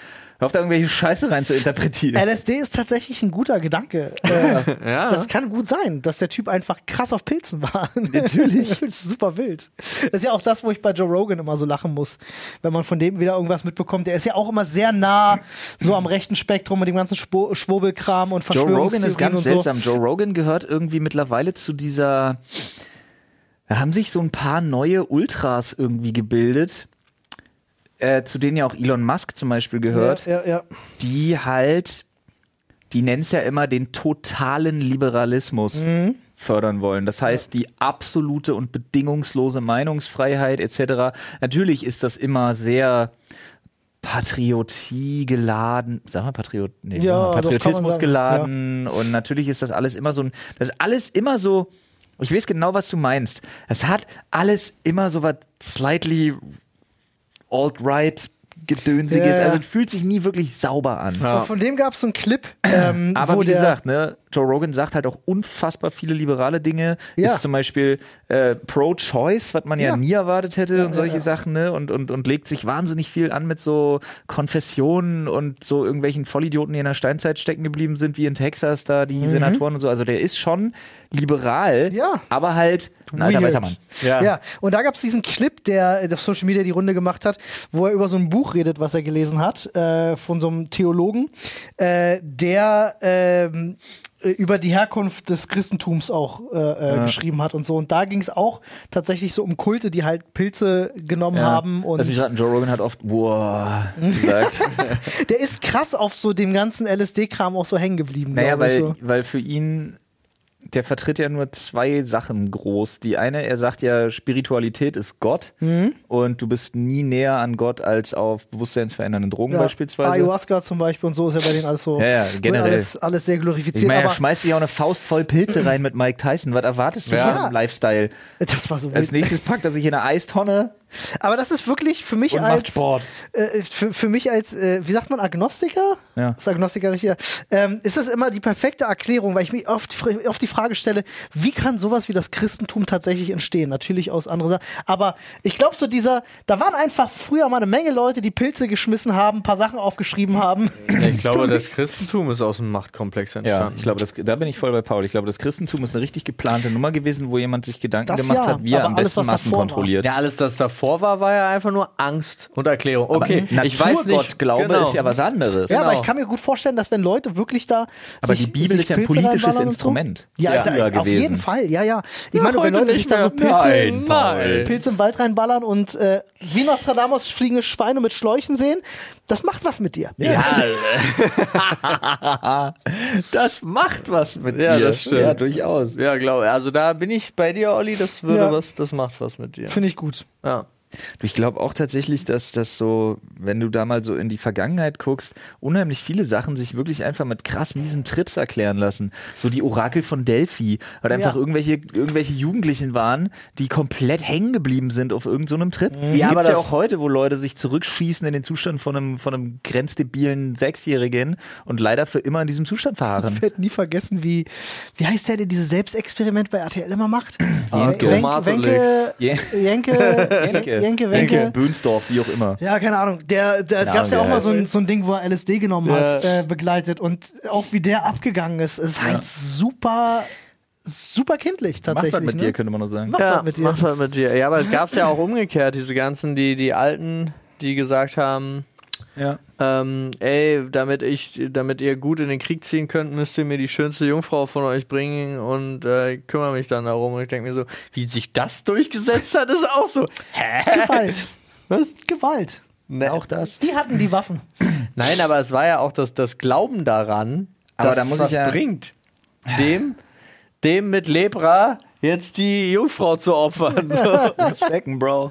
Speaker 1: Hör auf, da irgendwelche Scheiße rein zu
Speaker 2: [LAUGHS]
Speaker 1: interpretieren.
Speaker 2: LSD ist tatsächlich ein guter
Speaker 3: [LAUGHS]
Speaker 2: Gedanke. Äh,
Speaker 3: Ja.
Speaker 1: Ah.
Speaker 2: Das kann gut sein, dass der Typ einfach krass auf Pilzen war. [LAUGHS] Natürlich. Super wild. Das ist ja auch das, wo ich bei Joe Rogan immer so lachen muss, wenn man von dem wieder irgendwas mitbekommt. Der ist ja auch immer sehr nah so am rechten Spektrum mit dem ganzen Spo- Schwurbelkram und
Speaker 1: Joe Rogan
Speaker 2: Verschwörungstheorien
Speaker 1: ist ganz
Speaker 2: und so.
Speaker 1: seltsam. Joe Rogan gehört irgendwie mittlerweile zu dieser. Da haben sich so ein paar neue Ultras irgendwie gebildet, äh, zu denen ja auch Elon Musk zum Beispiel
Speaker 2: Ja,
Speaker 1: gehört,
Speaker 2: ja, ja.
Speaker 1: die halt, die nennen es ja immer den totalen Liberalismus
Speaker 2: Mhm.
Speaker 1: fördern wollen. Das heißt, die absolute und bedingungslose Meinungsfreiheit etc. Natürlich ist das immer sehr. Patriotie geladen, sag mal Patriot, nee,
Speaker 2: Ja,
Speaker 1: sag mal
Speaker 2: doch, kann man
Speaker 1: Patriotismus
Speaker 2: sagen,
Speaker 1: geladen, und natürlich ist das alles immer so ein, das ist alles immer so, ich weiß genau, was du meinst. Das hat alles immer so was slightly alt-right gedönsiges,
Speaker 2: Ja, ja.
Speaker 1: also es fühlt sich nie wirklich sauber an.
Speaker 2: Und von dem gab es so einen Clip, ähm,
Speaker 1: Aber
Speaker 2: wo
Speaker 1: wie
Speaker 2: der,
Speaker 1: gesagt, ne, Joe Rogan sagt halt auch unfassbar viele liberale Dinge.
Speaker 2: Ja.
Speaker 1: Ist zum Beispiel äh, pro-choice, was man ja,
Speaker 2: Ja.
Speaker 1: nie erwartet hätte und solche
Speaker 2: ja.
Speaker 1: Sachen, ne? Und, und, und legt sich wahnsinnig viel an mit so Konfessionen und so irgendwelchen Vollidioten, die in der Steinzeit stecken geblieben sind, wie in Texas da, die Senatoren und so. Also der ist schon liberal,
Speaker 2: Mhm. Ja.
Speaker 1: aber halt Ein alter
Speaker 2: Weird.
Speaker 1: weißer Mann.
Speaker 3: Ja.
Speaker 2: Ja. und da gab es diesen Clip, der äh, auf Social Media die Runde gemacht hat, wo er über so ein Buch redet, was er gelesen hat, äh, von so einem Theologen, äh, der ähm, äh, über die Herkunft des Christentums auch äh, äh, geschrieben hat und so. Und da ging es auch tatsächlich so um Kulte, die halt Pilze genommen haben. Und
Speaker 1: Lass mich raten, Joe Rogan hat oft wow
Speaker 2: [LAUGHS]
Speaker 1: gesagt.
Speaker 2: der ist krass auf so dem ganzen LSD-Kram auch so hängen geblieben.
Speaker 1: naja,
Speaker 2: glaub ich,
Speaker 1: weil,
Speaker 2: so.
Speaker 1: weil für ihn, der vertritt ja nur zwei Sachen groß. Die eine, er sagt ja, Spiritualität ist Gott
Speaker 2: Hm?
Speaker 1: und du bist nie näher an Gott als auf bewusstseinsverändernden Drogen
Speaker 2: Ja, Ah,
Speaker 1: beispielsweise.
Speaker 2: Ayahuasca zum Beispiel und so ist ja bei denen alles so
Speaker 1: Ja, ja,
Speaker 2: wird
Speaker 1: generell.
Speaker 2: Alles, alles sehr glorifiziert.
Speaker 1: Ich meine, er
Speaker 2: aber
Speaker 1: schmeißt sich auch eine Faust voll
Speaker 2: [CLEARS THROAT]
Speaker 1: Pilze rein mit Mike Tyson. Was erwartest du
Speaker 3: Ja.
Speaker 1: von einem Lifestyle?
Speaker 2: das war so
Speaker 1: Als
Speaker 2: wild.
Speaker 1: nächstes packt er sich in eine
Speaker 2: [LAUGHS]
Speaker 1: Eistonne.
Speaker 2: Aber das ist wirklich für mich
Speaker 6: Und macht
Speaker 2: als
Speaker 6: Sport.
Speaker 2: Äh, für, für mich als äh, wie sagt man Agnostiker?
Speaker 1: Ja.
Speaker 2: Ist Agnostiker richtig? Ähm, ist das immer die perfekte Erklärung, weil ich mir oft, fr- oft die Frage stelle, wie kann sowas wie das Christentum tatsächlich entstehen? Natürlich aus anderen Sachen, aber ich glaube so dieser, da waren einfach früher mal eine Menge Leute, die Pilze geschmissen haben, ein paar Sachen aufgeschrieben haben. [LAUGHS]
Speaker 3: Ich glaube, das Christentum ist aus dem Machtkomplex
Speaker 1: Ja,
Speaker 3: entstanden.
Speaker 1: ich glaube, das, da bin ich voll bei Paul. Ich glaube, das Christentum ist eine richtig geplante Nummer gewesen, wo jemand sich Gedanken
Speaker 2: Das
Speaker 1: gemacht
Speaker 2: ja,
Speaker 1: hat, wie er
Speaker 2: aber
Speaker 1: am
Speaker 2: alles,
Speaker 1: besten
Speaker 2: was
Speaker 1: Massen
Speaker 2: davor war.
Speaker 1: kontrolliert.
Speaker 3: Ja, alles, das davor war, war ja einfach nur Angst und Erklärung. Okay, ich weiß nicht.
Speaker 1: Glaube
Speaker 3: genau.
Speaker 1: ist ja was anderes.
Speaker 2: Ja, aber
Speaker 3: Genau.
Speaker 2: ich kann mir gut vorstellen, dass wenn Leute wirklich da.
Speaker 1: Aber
Speaker 2: sich,
Speaker 1: die Bibel
Speaker 2: sich
Speaker 1: ist ja ein
Speaker 2: Pilze
Speaker 1: politisches
Speaker 2: reinballern und
Speaker 1: Instrument
Speaker 2: So. Ja,
Speaker 1: Ja.
Speaker 2: da,
Speaker 1: früher
Speaker 2: auf
Speaker 1: gewesen.
Speaker 2: jeden Fall, ja, ja. Ich meine,
Speaker 3: heute
Speaker 2: wenn Leute
Speaker 3: nicht
Speaker 2: sich da
Speaker 3: mehr.
Speaker 2: so Pilze
Speaker 3: Nein, nein.
Speaker 2: Pilze im Wald reinballern und äh, wie Nostradamus fliegende Schweine mit Schläuchen sehen, das macht was mit dir.
Speaker 1: [LAUGHS] das macht was mit
Speaker 3: Ja,
Speaker 1: dir.
Speaker 3: das stimmt.
Speaker 1: Ja, durchaus.
Speaker 3: Ja, glaube Also da bin ich bei dir, Olli. Das würde
Speaker 2: Ja.
Speaker 3: was, das macht was mit dir.
Speaker 2: Finde ich gut.
Speaker 3: Ja.
Speaker 1: Ich glaube auch tatsächlich, dass das so, wenn du da mal so in die Vergangenheit guckst, unheimlich viele Sachen sich wirklich einfach mit krass miesen Trips erklären lassen. So die Orakel von Delphi, weil einfach irgendwelche, irgendwelche Jugendlichen waren, die komplett hängen geblieben sind auf irgendeinem so einem Trip. Die
Speaker 3: aber
Speaker 1: gibt's Mhm. ja
Speaker 3: das-
Speaker 1: auch heute, wo Leute sich zurückschießen in den Zustand von einem, von einem grenzdebilen Sechsjährigen und leider für immer in diesem Zustand verharren. [LAUGHS]
Speaker 2: Ich werde nie vergessen, wie, wie heißt der, der dieses Selbstexperiment bei RTL immer macht?
Speaker 1: Jenke.
Speaker 2: Wenke, Wenke,
Speaker 1: [LAUGHS]
Speaker 2: Jenke, Jenke, [LAUGHS] Jenke, Wenke.
Speaker 1: Böhnsdorf, wie auch immer.
Speaker 2: Ja, keine Ahnung. Der, da
Speaker 1: Keine
Speaker 2: gab es ja auch
Speaker 1: Ahnung, wer
Speaker 2: mal so ein, so ein Ding, wo er LSD genommen hat,
Speaker 3: Ja.
Speaker 2: äh, begleitet. Und auch wie der abgegangen ist, ist halt super, super kindlich
Speaker 1: Macht
Speaker 2: tatsächlich.
Speaker 1: was mit
Speaker 2: ne?
Speaker 1: dir, könnte man nur sagen.
Speaker 2: Macht
Speaker 3: Ja,
Speaker 2: was mit dir.
Speaker 3: macht was mit dir. Ja, aber es gab ja auch umgekehrt, diese ganzen, die, die Alten, die gesagt haben,
Speaker 1: Ja.
Speaker 3: ähm, ey, damit ich, damit ihr gut in den Krieg ziehen könnt, müsst ihr mir die schönste Jungfrau von euch bringen und äh, ich kümmere mich dann darum. Und ich denke mir so, wie sich das durchgesetzt hat, ist auch so. Hä?
Speaker 2: Gewalt.
Speaker 3: [LAUGHS] Was?
Speaker 2: Gewalt.
Speaker 3: Ne,
Speaker 1: Auch
Speaker 2: [LAUGHS]
Speaker 1: das.
Speaker 2: Die hatten die Waffen.
Speaker 3: Nein, aber es war ja auch das, das Glauben daran,
Speaker 1: Aber
Speaker 3: dass
Speaker 1: da muss
Speaker 3: es was
Speaker 1: ich ja-
Speaker 3: bringt. Dem, dem mit Lepra jetzt die Jungfrau zu [LAUGHS] opfern. So.
Speaker 1: Stecken, Bro.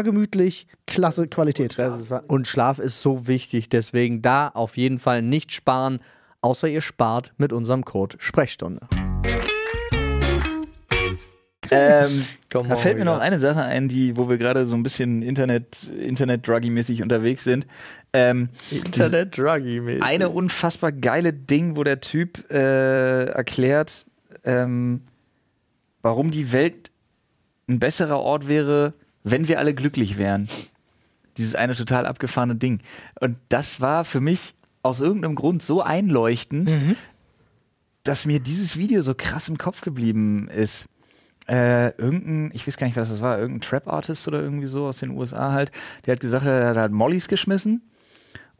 Speaker 2: gemütlich. Klasse Qualität.
Speaker 3: Und Schlaf ist so wichtig, deswegen da auf jeden Fall nicht sparen, außer ihr spart mit unserem Code Sprechstunde.
Speaker 1: Ähm,
Speaker 3: Komm
Speaker 1: da
Speaker 3: mal
Speaker 1: fällt mir
Speaker 3: wieder.
Speaker 1: noch eine Sache ein, die, wo wir gerade so ein bisschen Internet, Internet-Druggy-mäßig unterwegs sind. Ähm, diese
Speaker 3: Druggy
Speaker 1: eine unfassbar geile Ding, wo der Typ äh, erklärt, ähm, warum die Welt ein besserer Ort wäre, wenn wir alle glücklich wären. Dieses eine total abgefahrene Ding. Und das war für mich aus irgendeinem Grund so einleuchtend, dass mir dieses Video so krass im Kopf geblieben ist. Äh, irgendein, ich weiß gar nicht, was das war, irgendein Trap-Artist oder irgendwie so aus den USA halt, der hat gesagt, er hat halt Mollys geschmissen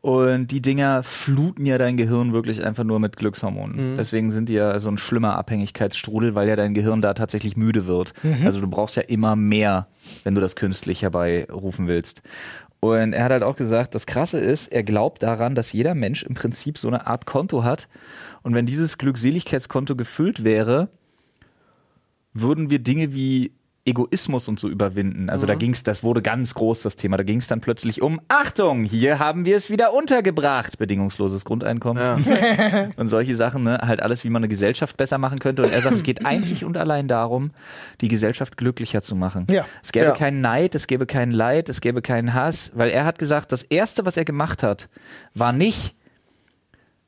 Speaker 1: und die Dinger fluten ja dein Gehirn wirklich einfach nur mit Glückshormonen. Deswegen sind die ja so ein schlimmer Abhängigkeitsstrudel, weil ja dein Gehirn da tatsächlich müde wird. Also du brauchst ja immer mehr, wenn du das künstlich herbeirufen willst. Und er hat halt auch gesagt, das Krasse ist, er glaubt daran, dass jeder Mensch im Prinzip so eine Art Konto hat. Und wenn dieses Glückseligkeitskonto gefüllt wäre, würden wir Dinge wie Egoismus und so überwinden. Also da ging's, das wurde ganz groß, das Thema. Da ging's dann plötzlich um, Achtung, hier haben wir es wieder untergebracht. Bedingungsloses Grundeinkommen [LAUGHS] und solche Sachen, ne? halt alles, wie man eine Gesellschaft besser machen könnte. Und er sagt, es geht einzig und allein darum, die Gesellschaft glücklicher zu machen.
Speaker 2: Ja.
Speaker 1: Es gäbe
Speaker 3: Ja.
Speaker 1: keinen Neid, es gäbe keinen Leid, es gäbe keinen Hass, weil er hat gesagt, das Erste, was er gemacht hat, war nicht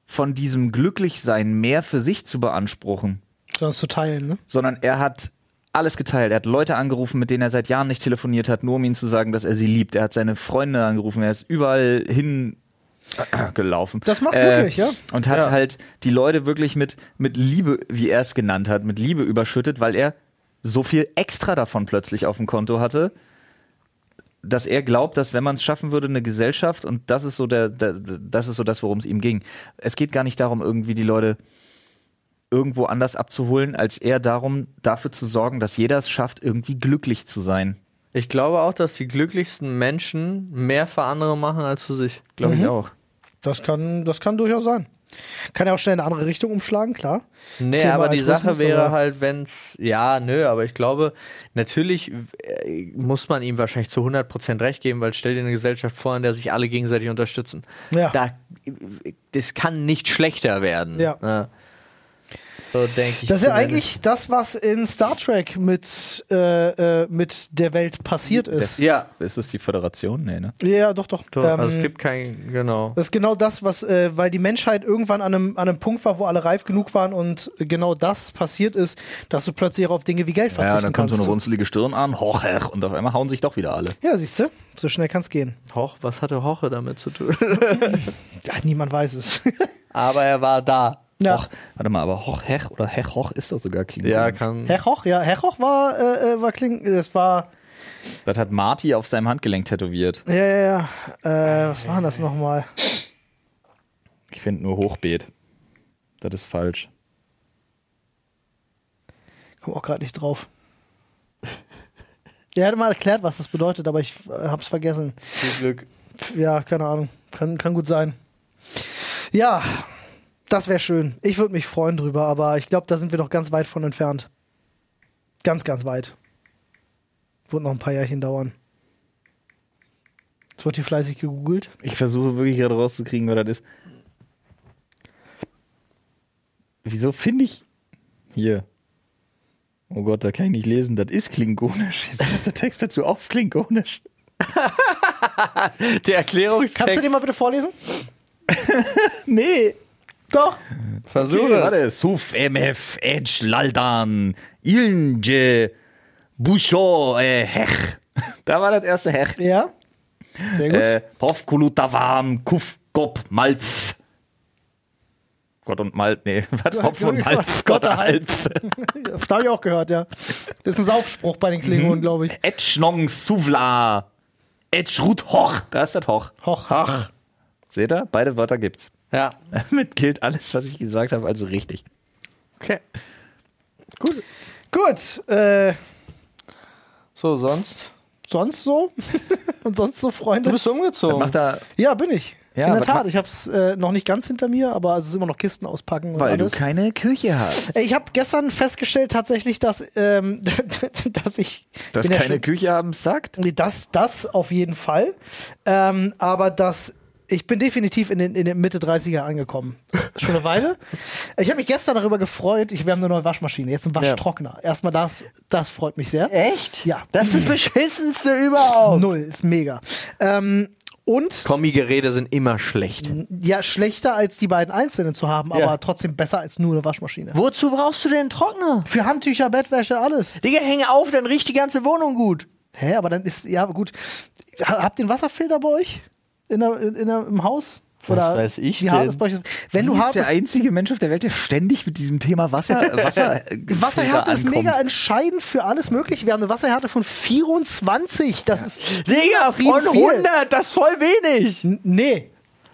Speaker 1: von diesem Glücklichsein mehr für sich zu beanspruchen,
Speaker 2: Sonst zu teilen, ne?
Speaker 1: sondern er hat alles geteilt. Er hat Leute angerufen, mit denen er seit Jahren nicht telefoniert hat, nur um ihnen zu sagen, dass er sie liebt. Er hat seine Freunde angerufen, er ist überall hin äh, gelaufen. Äh,
Speaker 2: Das macht glücklich, ja.
Speaker 1: Und hat halt die Leute wirklich mit, mit Liebe, wie er es genannt hat, mit Liebe überschüttet, weil er so viel extra davon plötzlich auf dem Konto hatte, dass er glaubt, dass wenn man es schaffen würde, eine Gesellschaft, und das ist so der, der das ist so das, worum es ihm ging. Es geht gar nicht darum, irgendwie die Leute irgendwo anders abzuholen, als eher darum, dafür zu sorgen, dass jeder es schafft, irgendwie glücklich zu sein.
Speaker 3: Ich glaube auch, dass die glücklichsten Menschen mehr für andere machen als für sich. Mhm.
Speaker 1: Glaube ich auch.
Speaker 2: Das kann, das kann durchaus sein. Kann ja auch schnell in eine andere Richtung umschlagen, klar.
Speaker 3: Nee,
Speaker 2: Thema
Speaker 3: aber die
Speaker 2: Altruismus,
Speaker 3: Sache wäre
Speaker 2: aber-
Speaker 3: halt, wenn's ja, nö, aber ich glaube, natürlich äh, muss man ihm wahrscheinlich zu 100% recht geben, weil stell dir eine Gesellschaft vor, in der sich alle gegenseitig unterstützen.
Speaker 2: Ja.
Speaker 3: Da, das kann nicht schlechter werden. ne?
Speaker 2: Ja.
Speaker 3: So denke ich.
Speaker 2: Das ist ja
Speaker 3: zumindest.
Speaker 2: eigentlich das, was in Star Trek mit, äh, äh, mit der Welt passiert ist.
Speaker 3: Ja,
Speaker 1: Ist es die Föderation? Nee, ne?
Speaker 2: Ja, doch, doch.
Speaker 3: doch, also
Speaker 2: Ähm,
Speaker 3: es gibt kein, genau.
Speaker 2: Das ist genau das, was, äh, weil die Menschheit irgendwann an einem, an einem Punkt war, wo alle reif genug waren und genau das passiert ist, dass du plötzlich auch auf Dinge wie Geld verzichten
Speaker 1: Ja, dann kommt
Speaker 2: kannst.
Speaker 1: so eine runzelige Stirn an, hoch, hech, und auf einmal hauen sich doch wieder alle.
Speaker 2: ja, siehst du, so schnell kann es gehen.
Speaker 3: Hoch, was hatte Hoche damit zu tun?
Speaker 2: Ja, niemand weiß es.
Speaker 3: [LAUGHS]
Speaker 2: [LAUGHS]
Speaker 3: aber er war da.
Speaker 2: ja.
Speaker 1: Hoch, warte mal, aber hoch, hech oder hech, hoch ist doch sogar Klingon.
Speaker 3: Ja, kann.
Speaker 2: Herr Koch, ja, Herr Koch war, äh, äh, war Kling, das war,
Speaker 1: Das hat Marty auf seinem Handgelenk tätowiert.
Speaker 2: ja, ja, ja, äh, was war denn das nochmal?
Speaker 1: Ich finde nur Hochbeet. Das ist falsch.
Speaker 2: Komm auch gerade nicht drauf. [LAUGHS] Er hat mal erklärt, was das bedeutet, aber ich äh, hab's vergessen.
Speaker 3: Viel Glück.
Speaker 2: Ja, keine Ahnung. Kann, kann gut sein. Ja, das wäre schön. Ich würde mich freuen drüber, aber ich glaube, da sind wir noch ganz weit von entfernt. Ganz, ganz weit. Wird noch ein paar Jährchen dauern. Es wird hier fleißig gegoogelt.
Speaker 1: Ich versuche wirklich gerade rauszukriegen, wer das ist. Wieso finde ich. Hier. Oh Gott, da kann ich nicht lesen. Das ist klingonisch. Ist der ganze Text dazu auf klingonisch?
Speaker 3: Der Erklärungstext.
Speaker 2: Kannst du den mal bitte vorlesen?
Speaker 1: Nee.
Speaker 2: Doch.
Speaker 3: Versuch es.
Speaker 1: Also, Warte. Suf MF Edge Laldan Ilnje Busho äh, Hech. [LAUGHS] Da war das erste Hech.
Speaker 2: Ja. Sehr gut.
Speaker 1: Äh, Hofkulutavam Kufkop Malz. Gott und Malz, nee, [LAUGHS] was? Hopf und Malz, Gott Alf.
Speaker 2: Das habe ich auch gehört, ja. Das ist ein Saufspruch bei den Klingonen, glaube ich.
Speaker 1: Etschnong Suvla. Etschrut Hoch. Da ist das Hoch.
Speaker 2: Hoch.
Speaker 1: Hoch. Seht ihr? Beide Wörter gibt's. [LAUGHS]
Speaker 3: Ja.
Speaker 1: Damit gilt alles, was ich gesagt habe, also richtig.
Speaker 3: Okay.
Speaker 2: Gut. Äh,
Speaker 3: So, sonst?
Speaker 2: sonst so? [LAUGHS] Und sonst so, Freunde?
Speaker 3: Du bist umgezogen.
Speaker 1: Macht er,
Speaker 2: Ja, bin ich.
Speaker 1: Ja,
Speaker 2: In
Speaker 1: aber
Speaker 2: der Tat, ich habe es äh, noch nicht ganz hinter mir, aber es ist immer noch Kisten auspacken und
Speaker 1: weil du
Speaker 2: alles.
Speaker 1: keine Kirche hast.
Speaker 2: Äh, Ich habe gestern festgestellt tatsächlich, dass, ähm, [LAUGHS] dass ich
Speaker 1: Dass
Speaker 2: bin ja
Speaker 1: keine
Speaker 2: schon-
Speaker 1: Küche haben sagt?
Speaker 2: Nee, das, das auf jeden Fall. Ähm, aber das, ich bin definitiv in den, in den Mitte 30er angekommen. Schon
Speaker 1: [LAUGHS]
Speaker 2: eine Weile. Ich habe mich gestern darüber gefreut. Ich, wir haben eine neue Waschmaschine, jetzt einen Waschtrockner. Erstmal das, das freut mich sehr.
Speaker 3: Echt?
Speaker 2: Ja.
Speaker 3: Das ist das Beschissenste überhaupt.
Speaker 2: Null, ist mega. Ähm, und
Speaker 3: Kombi-Geräte sind immer schlecht.
Speaker 2: ja, schlechter als die beiden einzelnen zu haben, aber
Speaker 3: Ja.
Speaker 2: trotzdem besser als nur eine Waschmaschine.
Speaker 3: Wozu brauchst du denn einen Trockner?
Speaker 2: Für Handtücher, Bettwäsche, alles.
Speaker 3: Digga, häng auf, dann riecht die ganze Wohnung gut.
Speaker 2: Hä, aber dann ist, ja gut. Ha- Habt ihr einen Wasserfilter bei euch? In der, in, in der, Im Haus? Oder
Speaker 3: weiß ich
Speaker 2: wie hart
Speaker 3: denn?
Speaker 2: ist bei euch? das- Wenn du hart
Speaker 1: der
Speaker 2: ist,
Speaker 1: einzige Mensch auf der Welt, der ständig mit diesem Thema
Speaker 3: [LAUGHS]
Speaker 1: Wasser, Wasser, äh,
Speaker 2: Wasserhärte ist mega entscheidend für alles Mögliche. Wir haben eine Wasserhärte von 24. Das ist
Speaker 3: Digga,
Speaker 2: Viel,
Speaker 3: von
Speaker 2: viel.
Speaker 3: 100, das ist voll wenig.
Speaker 2: N- nee.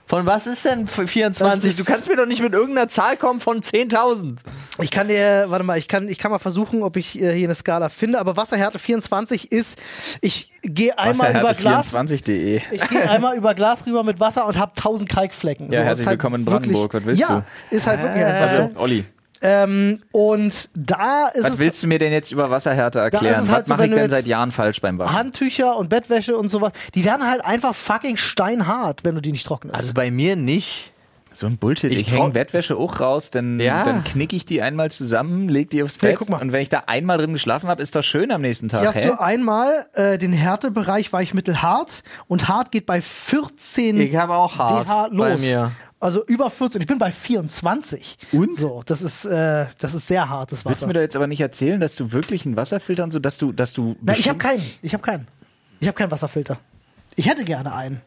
Speaker 3: Von was ist denn 24?
Speaker 2: Das
Speaker 3: du
Speaker 2: ist-
Speaker 3: kannst mir doch nicht mit irgendeiner Zahl kommen von 10.000.
Speaker 2: Ich kann dir, warte mal, ich kann, ich kann mal versuchen, ob ich äh, hier eine Skala finde, aber Wasserhärte 24 ist, ich gehe einmal über Glas.
Speaker 1: 24.de.
Speaker 2: Ich gehe einmal über Glas rüber mit Wasser und habe 1000 Kalkflecken.
Speaker 1: Ja,
Speaker 2: ist halt
Speaker 1: herzlich willkommen in Brandenburg. Was willst
Speaker 2: ja, ist halt wirklich einfach so.
Speaker 1: Also, Olli,
Speaker 2: Ähm, und da ist
Speaker 1: was
Speaker 2: es
Speaker 1: willst du mir denn jetzt über Wasserhärte
Speaker 2: ist
Speaker 1: erklären?
Speaker 2: es halt
Speaker 1: was
Speaker 2: so,
Speaker 1: mache
Speaker 2: wenn
Speaker 1: ich
Speaker 2: du
Speaker 1: denn
Speaker 2: jetzt- Halt-
Speaker 1: seit Jahren falsch beim Waschen?
Speaker 2: Handtücher und Bettwäsche und sowas, die werden halt einfach fucking steinhart, wenn du die nicht trocknest.
Speaker 3: Also bei mir nicht.
Speaker 1: So ein Bullshit. Ich,
Speaker 3: Ich
Speaker 1: hänge
Speaker 3: trau-
Speaker 1: Bettwäsche auch raus, dann,
Speaker 3: Ja.
Speaker 1: dann knicke ich die einmal zusammen, leg die aufs
Speaker 2: Nee,
Speaker 1: Bett.
Speaker 2: guck mal.
Speaker 1: Und wenn ich da einmal drin geschlafen habe, ist das schön am nächsten
Speaker 2: Hier
Speaker 1: Tag.
Speaker 2: hast
Speaker 1: hä?
Speaker 2: du einmal äh, den Härtebereich weich mittel hart und hart geht bei 14
Speaker 3: Ich habe auch hart
Speaker 2: DH los.
Speaker 3: bei mir.
Speaker 2: Also über 14. Ich bin bei 24. Und? So, das ist, äh, das ist sehr hartes
Speaker 1: Willst du
Speaker 2: Wasser.
Speaker 1: mir da jetzt aber nicht erzählen, dass du wirklich einen Wasserfilter und so, dass du, dass du.
Speaker 2: Nein, ich
Speaker 1: bestimmt-
Speaker 2: habe keinen. Ich habe keinen. Ich habe keinen Wasserfilter. Ich hätte gerne einen,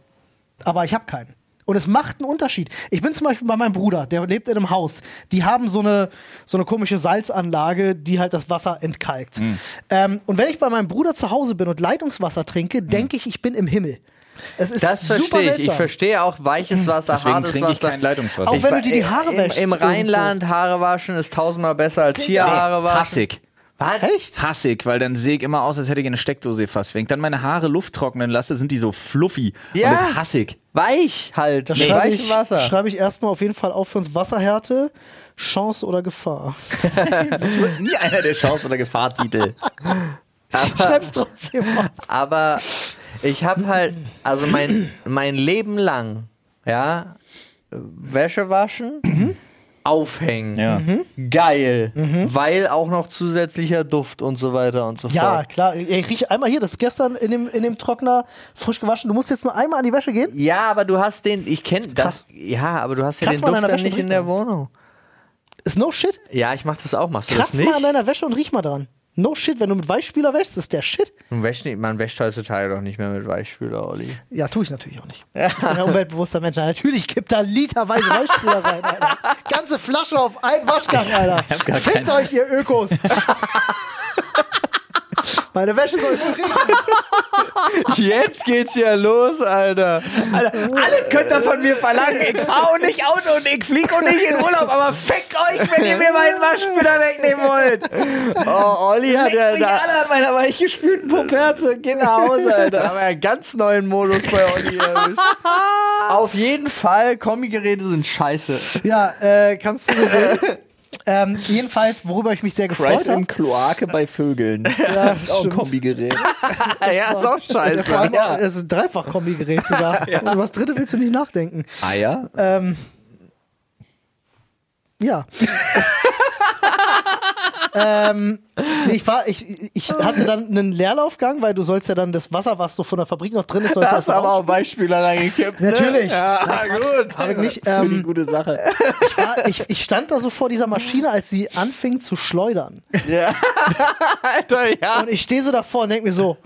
Speaker 2: aber ich habe keinen. Und es macht einen Unterschied. Ich bin zum Beispiel bei meinem Bruder, der lebt in einem Haus. Die haben so eine, so eine komische Salzanlage, die halt das Wasser entkalkt.
Speaker 3: Mhm.
Speaker 2: Ähm, und wenn ich bei meinem Bruder zu Hause bin und Leitungswasser trinke, denke ich, ich bin im Himmel. Es ist
Speaker 3: Mhm. Das
Speaker 2: super
Speaker 3: verstehe ich. Ich
Speaker 2: seltsam.
Speaker 3: verstehe auch weiches Wasser,
Speaker 1: Deswegen
Speaker 3: hartes
Speaker 1: trinke ich
Speaker 3: Wasser.
Speaker 1: kein Leitungswasser.
Speaker 2: Auch
Speaker 1: Ich-
Speaker 2: wenn du dir die
Speaker 3: Äh,
Speaker 2: Haare
Speaker 3: im,
Speaker 2: wäschst.
Speaker 3: Im
Speaker 2: irgendwo.
Speaker 3: Reinland Haare waschen ist tausendmal besser als hier Haare waschen.
Speaker 1: Hassig.
Speaker 3: Was?
Speaker 2: Echt?
Speaker 1: Hassig, weil dann sehe ich immer aus, als hätte ich eine Steckdose fast. Wenn ich dann meine Haare Luft trocknen lasse, sind die so fluffy.
Speaker 3: Ja.
Speaker 1: Und das ist hassig.
Speaker 3: Weich halt.
Speaker 2: Da
Speaker 3: mit
Speaker 2: schreibe
Speaker 3: weichem
Speaker 2: ich,
Speaker 3: Wasser.
Speaker 2: schreibe ich erstmal auf jeden Fall auf für uns Wasserhärte, Chance oder Gefahr.
Speaker 1: Nie einer der Chance oder
Speaker 3: [LAUGHS]
Speaker 1: Gefahrtitel.
Speaker 2: Schreib's trotzdem auf.
Speaker 3: Aber ich habe halt, also mein, mein Leben lang, ja, Wäsche waschen, aufhängen.
Speaker 1: Ja.
Speaker 2: Mhm.
Speaker 3: Geil. Weil auch noch zusätzlicher Duft und so weiter und so
Speaker 2: Ja,
Speaker 3: fort.
Speaker 2: klar. Ich rieche einmal hier, das ist gestern in dem, in dem Trockner frisch gewaschen. Du musst jetzt nur einmal an die Wäsche gehen.
Speaker 3: Ja, aber du hast den, ich kenne das.
Speaker 2: Krass.
Speaker 3: Ja, aber du hast ja
Speaker 2: Kratz
Speaker 3: den
Speaker 2: mal an
Speaker 3: Duft
Speaker 2: deiner Wäsche
Speaker 3: dann nicht in
Speaker 2: und
Speaker 3: der Wohnung.
Speaker 2: Ist no shit.
Speaker 3: Ja, ich mach das auch. Machst du
Speaker 2: Kratz
Speaker 3: das nicht?
Speaker 2: mal an deiner Wäsche und riech mal dran. No shit, wenn du mit Weichspüler wäschst, ist der Shit.
Speaker 3: Man wäscht, nicht- man wäscht heutzutage doch nicht mehr mit Weichspüler, Olli.
Speaker 2: Ja, tue ich natürlich auch nicht. Ich bin ein umweltbewusster Mensch. Natürlich kippt da literweise Weichspüler rein, Alter. Ganze Flasche auf einen Waschgang, Alter. Fickt euch, ihr [LAUGHS] Ökos. Meine Wäsche soll gut riechen.
Speaker 3: Jetzt geht's ja los, Alter. Alter alles könnt ihr von mir verlangen. Ich fahre und nicht Auto und ich fliege und nicht in Urlaub, aber fickt euch, wenn ihr mir meinen Waschspüler wegnehmen wollt. Oh, Olli hat ja da. alle an meiner weichgespülten Puperze. Geh nach [LAUGHS] Hause, Alter. Da haben wir einen ganz neuen Modus bei Olli [LAUGHS] erwischt. Auf jeden Fall, Kombigeräte sind scheiße.
Speaker 2: Ja, äh, kannst du so sehen. Ähm, jedenfalls, worüber ich mich sehr gefreut
Speaker 1: Preis
Speaker 2: habe.
Speaker 1: in Kloake bei Vögeln.
Speaker 2: [LAUGHS] Ja, das stimmt.
Speaker 1: Kombigerät.
Speaker 3: ja, ist
Speaker 2: Ja,
Speaker 3: auch
Speaker 2: vor
Speaker 3: scheiße.
Speaker 2: allem,
Speaker 3: Ja.
Speaker 2: Es ist ein Dreifach-Kombi-Gerät sogar. Und über das dritte willst du nicht nachdenken.
Speaker 1: Eier?
Speaker 2: Ähm, ja. ähm, nee, ich, war, ich, ich hatte dann einen Leerlaufgang, weil du sollst ja dann das Wasser, was so von der Fabrik noch drin ist, sollst
Speaker 3: Da
Speaker 2: du
Speaker 3: hast du aber auch Weichspüler reingekippt. Ne?
Speaker 2: Natürlich.
Speaker 3: Ja, [LAUGHS] gut.
Speaker 2: Hab ich nicht,
Speaker 1: Für die
Speaker 2: ähm,
Speaker 1: gute Sache.
Speaker 2: ich, war, ich, ich stand da so vor dieser Maschine, als sie anfing zu schleudern.
Speaker 3: [LAUGHS] Alter, ja.
Speaker 2: Und ich stehe so davor und denke mir so,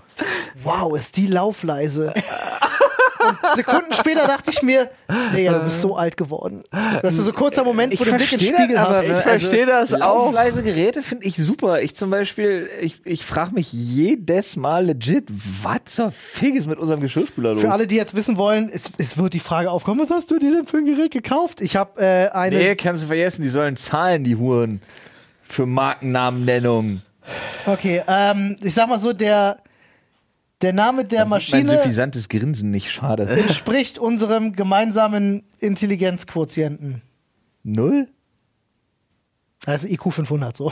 Speaker 2: wow, ist die laufleise. Und Sekunden später dachte ich mir, Digga, du bist so alt geworden. Das ist so ein kurzer Moment, wo du den Blick in den Spiegel hast.
Speaker 1: ne?
Speaker 3: ich verstehe das auch.
Speaker 1: Leise Geräte Also finde ich super. Ich zum Beispiel, ich, ich frage mich jedes Mal legit, was zur Fick ist mit unserem Geschirrspüler los?
Speaker 2: Für alle, die jetzt wissen wollen, es, es wird die Frage aufkommen, was hast du dir denn für ein Gerät gekauft? Ich habe äh, eine,
Speaker 1: nee, kannst du vergessen, die sollen zahlen, die Huren. Für Markennamennennung.
Speaker 2: okay, ähm, ich sag mal so, der, der Name der
Speaker 1: Mein
Speaker 2: Maschine
Speaker 1: suffisantes Grinsen nicht schade.
Speaker 2: entspricht unserem gemeinsamen Intelligenzquotienten.
Speaker 1: Null?
Speaker 2: Also IQ 500 so.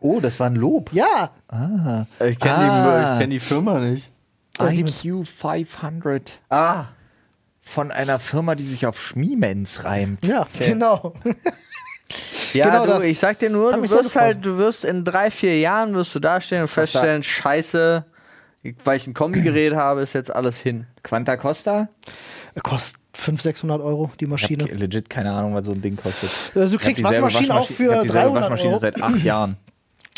Speaker 1: Oh, das war ein Lob.
Speaker 2: ja,
Speaker 3: Ich kenne
Speaker 1: Ah.
Speaker 3: kenn die Firma nicht.
Speaker 2: Ja, Siemens.
Speaker 1: IQ 500
Speaker 3: Ah.
Speaker 1: von einer Firma, die sich auf Schmiemenz reimt.
Speaker 2: ja, genau.
Speaker 3: Ja,
Speaker 2: Genau
Speaker 3: du,
Speaker 2: das.
Speaker 3: ich sag dir nur,
Speaker 2: Hat
Speaker 3: du
Speaker 2: mich sehr
Speaker 3: wirst halt, du wirst in drei, vier Jahren wirst du dastehen und feststellen, scheiße, weil ich ein Kombigerät habe, ist jetzt alles hin.
Speaker 1: Quanta Costa?
Speaker 2: Kostet 500, 600 Euro die
Speaker 1: Ich
Speaker 2: Maschine.
Speaker 1: habe legit keine Ahnung, was so ein Ding kostet.
Speaker 2: Also du
Speaker 1: Ich hab
Speaker 2: kriegst
Speaker 1: dieselbe
Speaker 2: Waschmaschinen auch für
Speaker 1: ich hab dieselbe
Speaker 2: 300
Speaker 1: Waschmaschine
Speaker 2: Euro.
Speaker 1: seit acht Jahren.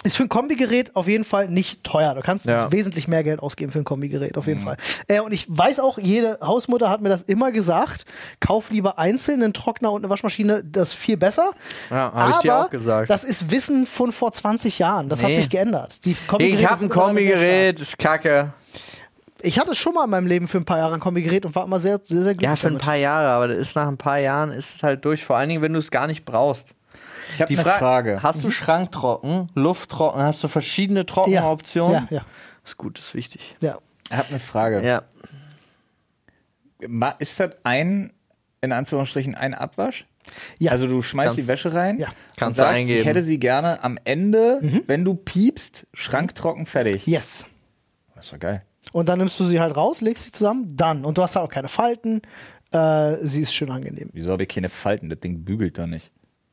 Speaker 2: Ist für ein Kombigerät auf jeden Fall nicht teuer. Du kannst
Speaker 3: Ja.
Speaker 2: wesentlich mehr Geld ausgeben für ein Kombigerät, auf
Speaker 1: Mhm.
Speaker 2: jeden Fall. Äh, und ich weiß auch, jede Hausmutter hat mir das immer gesagt: kauf lieber einzeln einen Trockner und eine Waschmaschine, das ist viel besser.
Speaker 3: Ja, hab ich dir
Speaker 2: Aber
Speaker 3: auch gesagt.
Speaker 2: Das ist Wissen von vor 20 Jahren. Das hat
Speaker 3: Nee.
Speaker 2: sich geändert. Die
Speaker 3: Ich
Speaker 2: Kombigeräte
Speaker 3: habe ein
Speaker 2: sind mittlerweile sehr stark.
Speaker 3: Kombigerät, ist kacke.
Speaker 2: Ich hatte schon mal in meinem Leben für ein paar Jahre ein Kombigerät und war immer sehr, sehr, sehr glücklich.
Speaker 3: Ja, für ein
Speaker 2: damit.
Speaker 3: paar Jahre, aber das ist nach ein paar Jahren ist es halt durch, vor allen Dingen, wenn du es gar nicht brauchst.
Speaker 1: Ich habe
Speaker 3: Die
Speaker 1: eine
Speaker 3: Fra-
Speaker 1: Frage.
Speaker 3: Hast du Schrank trocken, Luft trocken, hast du verschiedene trockene
Speaker 2: Ja,
Speaker 3: Optionen?
Speaker 2: ja, ja.
Speaker 3: Ist gut, ist wichtig.
Speaker 2: Ja.
Speaker 1: Ich habe eine Frage.
Speaker 3: Ja.
Speaker 1: Ma- Ist das ein, in Anführungsstrichen, ein Abwasch?
Speaker 2: Ja.
Speaker 1: Also du schmeißt
Speaker 3: Kannst-
Speaker 1: die Wäsche rein
Speaker 2: Ja.
Speaker 1: und
Speaker 3: Kannst du
Speaker 1: sagst,
Speaker 3: eingeben.
Speaker 1: ich hätte sie gerne am Ende, wenn du piepst, schranktrocken fertig.
Speaker 2: Yes.
Speaker 1: Das ist doch geil.
Speaker 2: Und dann nimmst du sie halt raus, legst sie zusammen, dann. Und du hast halt auch keine Falten. Äh, sie ist schön angenehm.
Speaker 1: Wieso habe ich keine Falten? Das Ding bügelt doch nicht.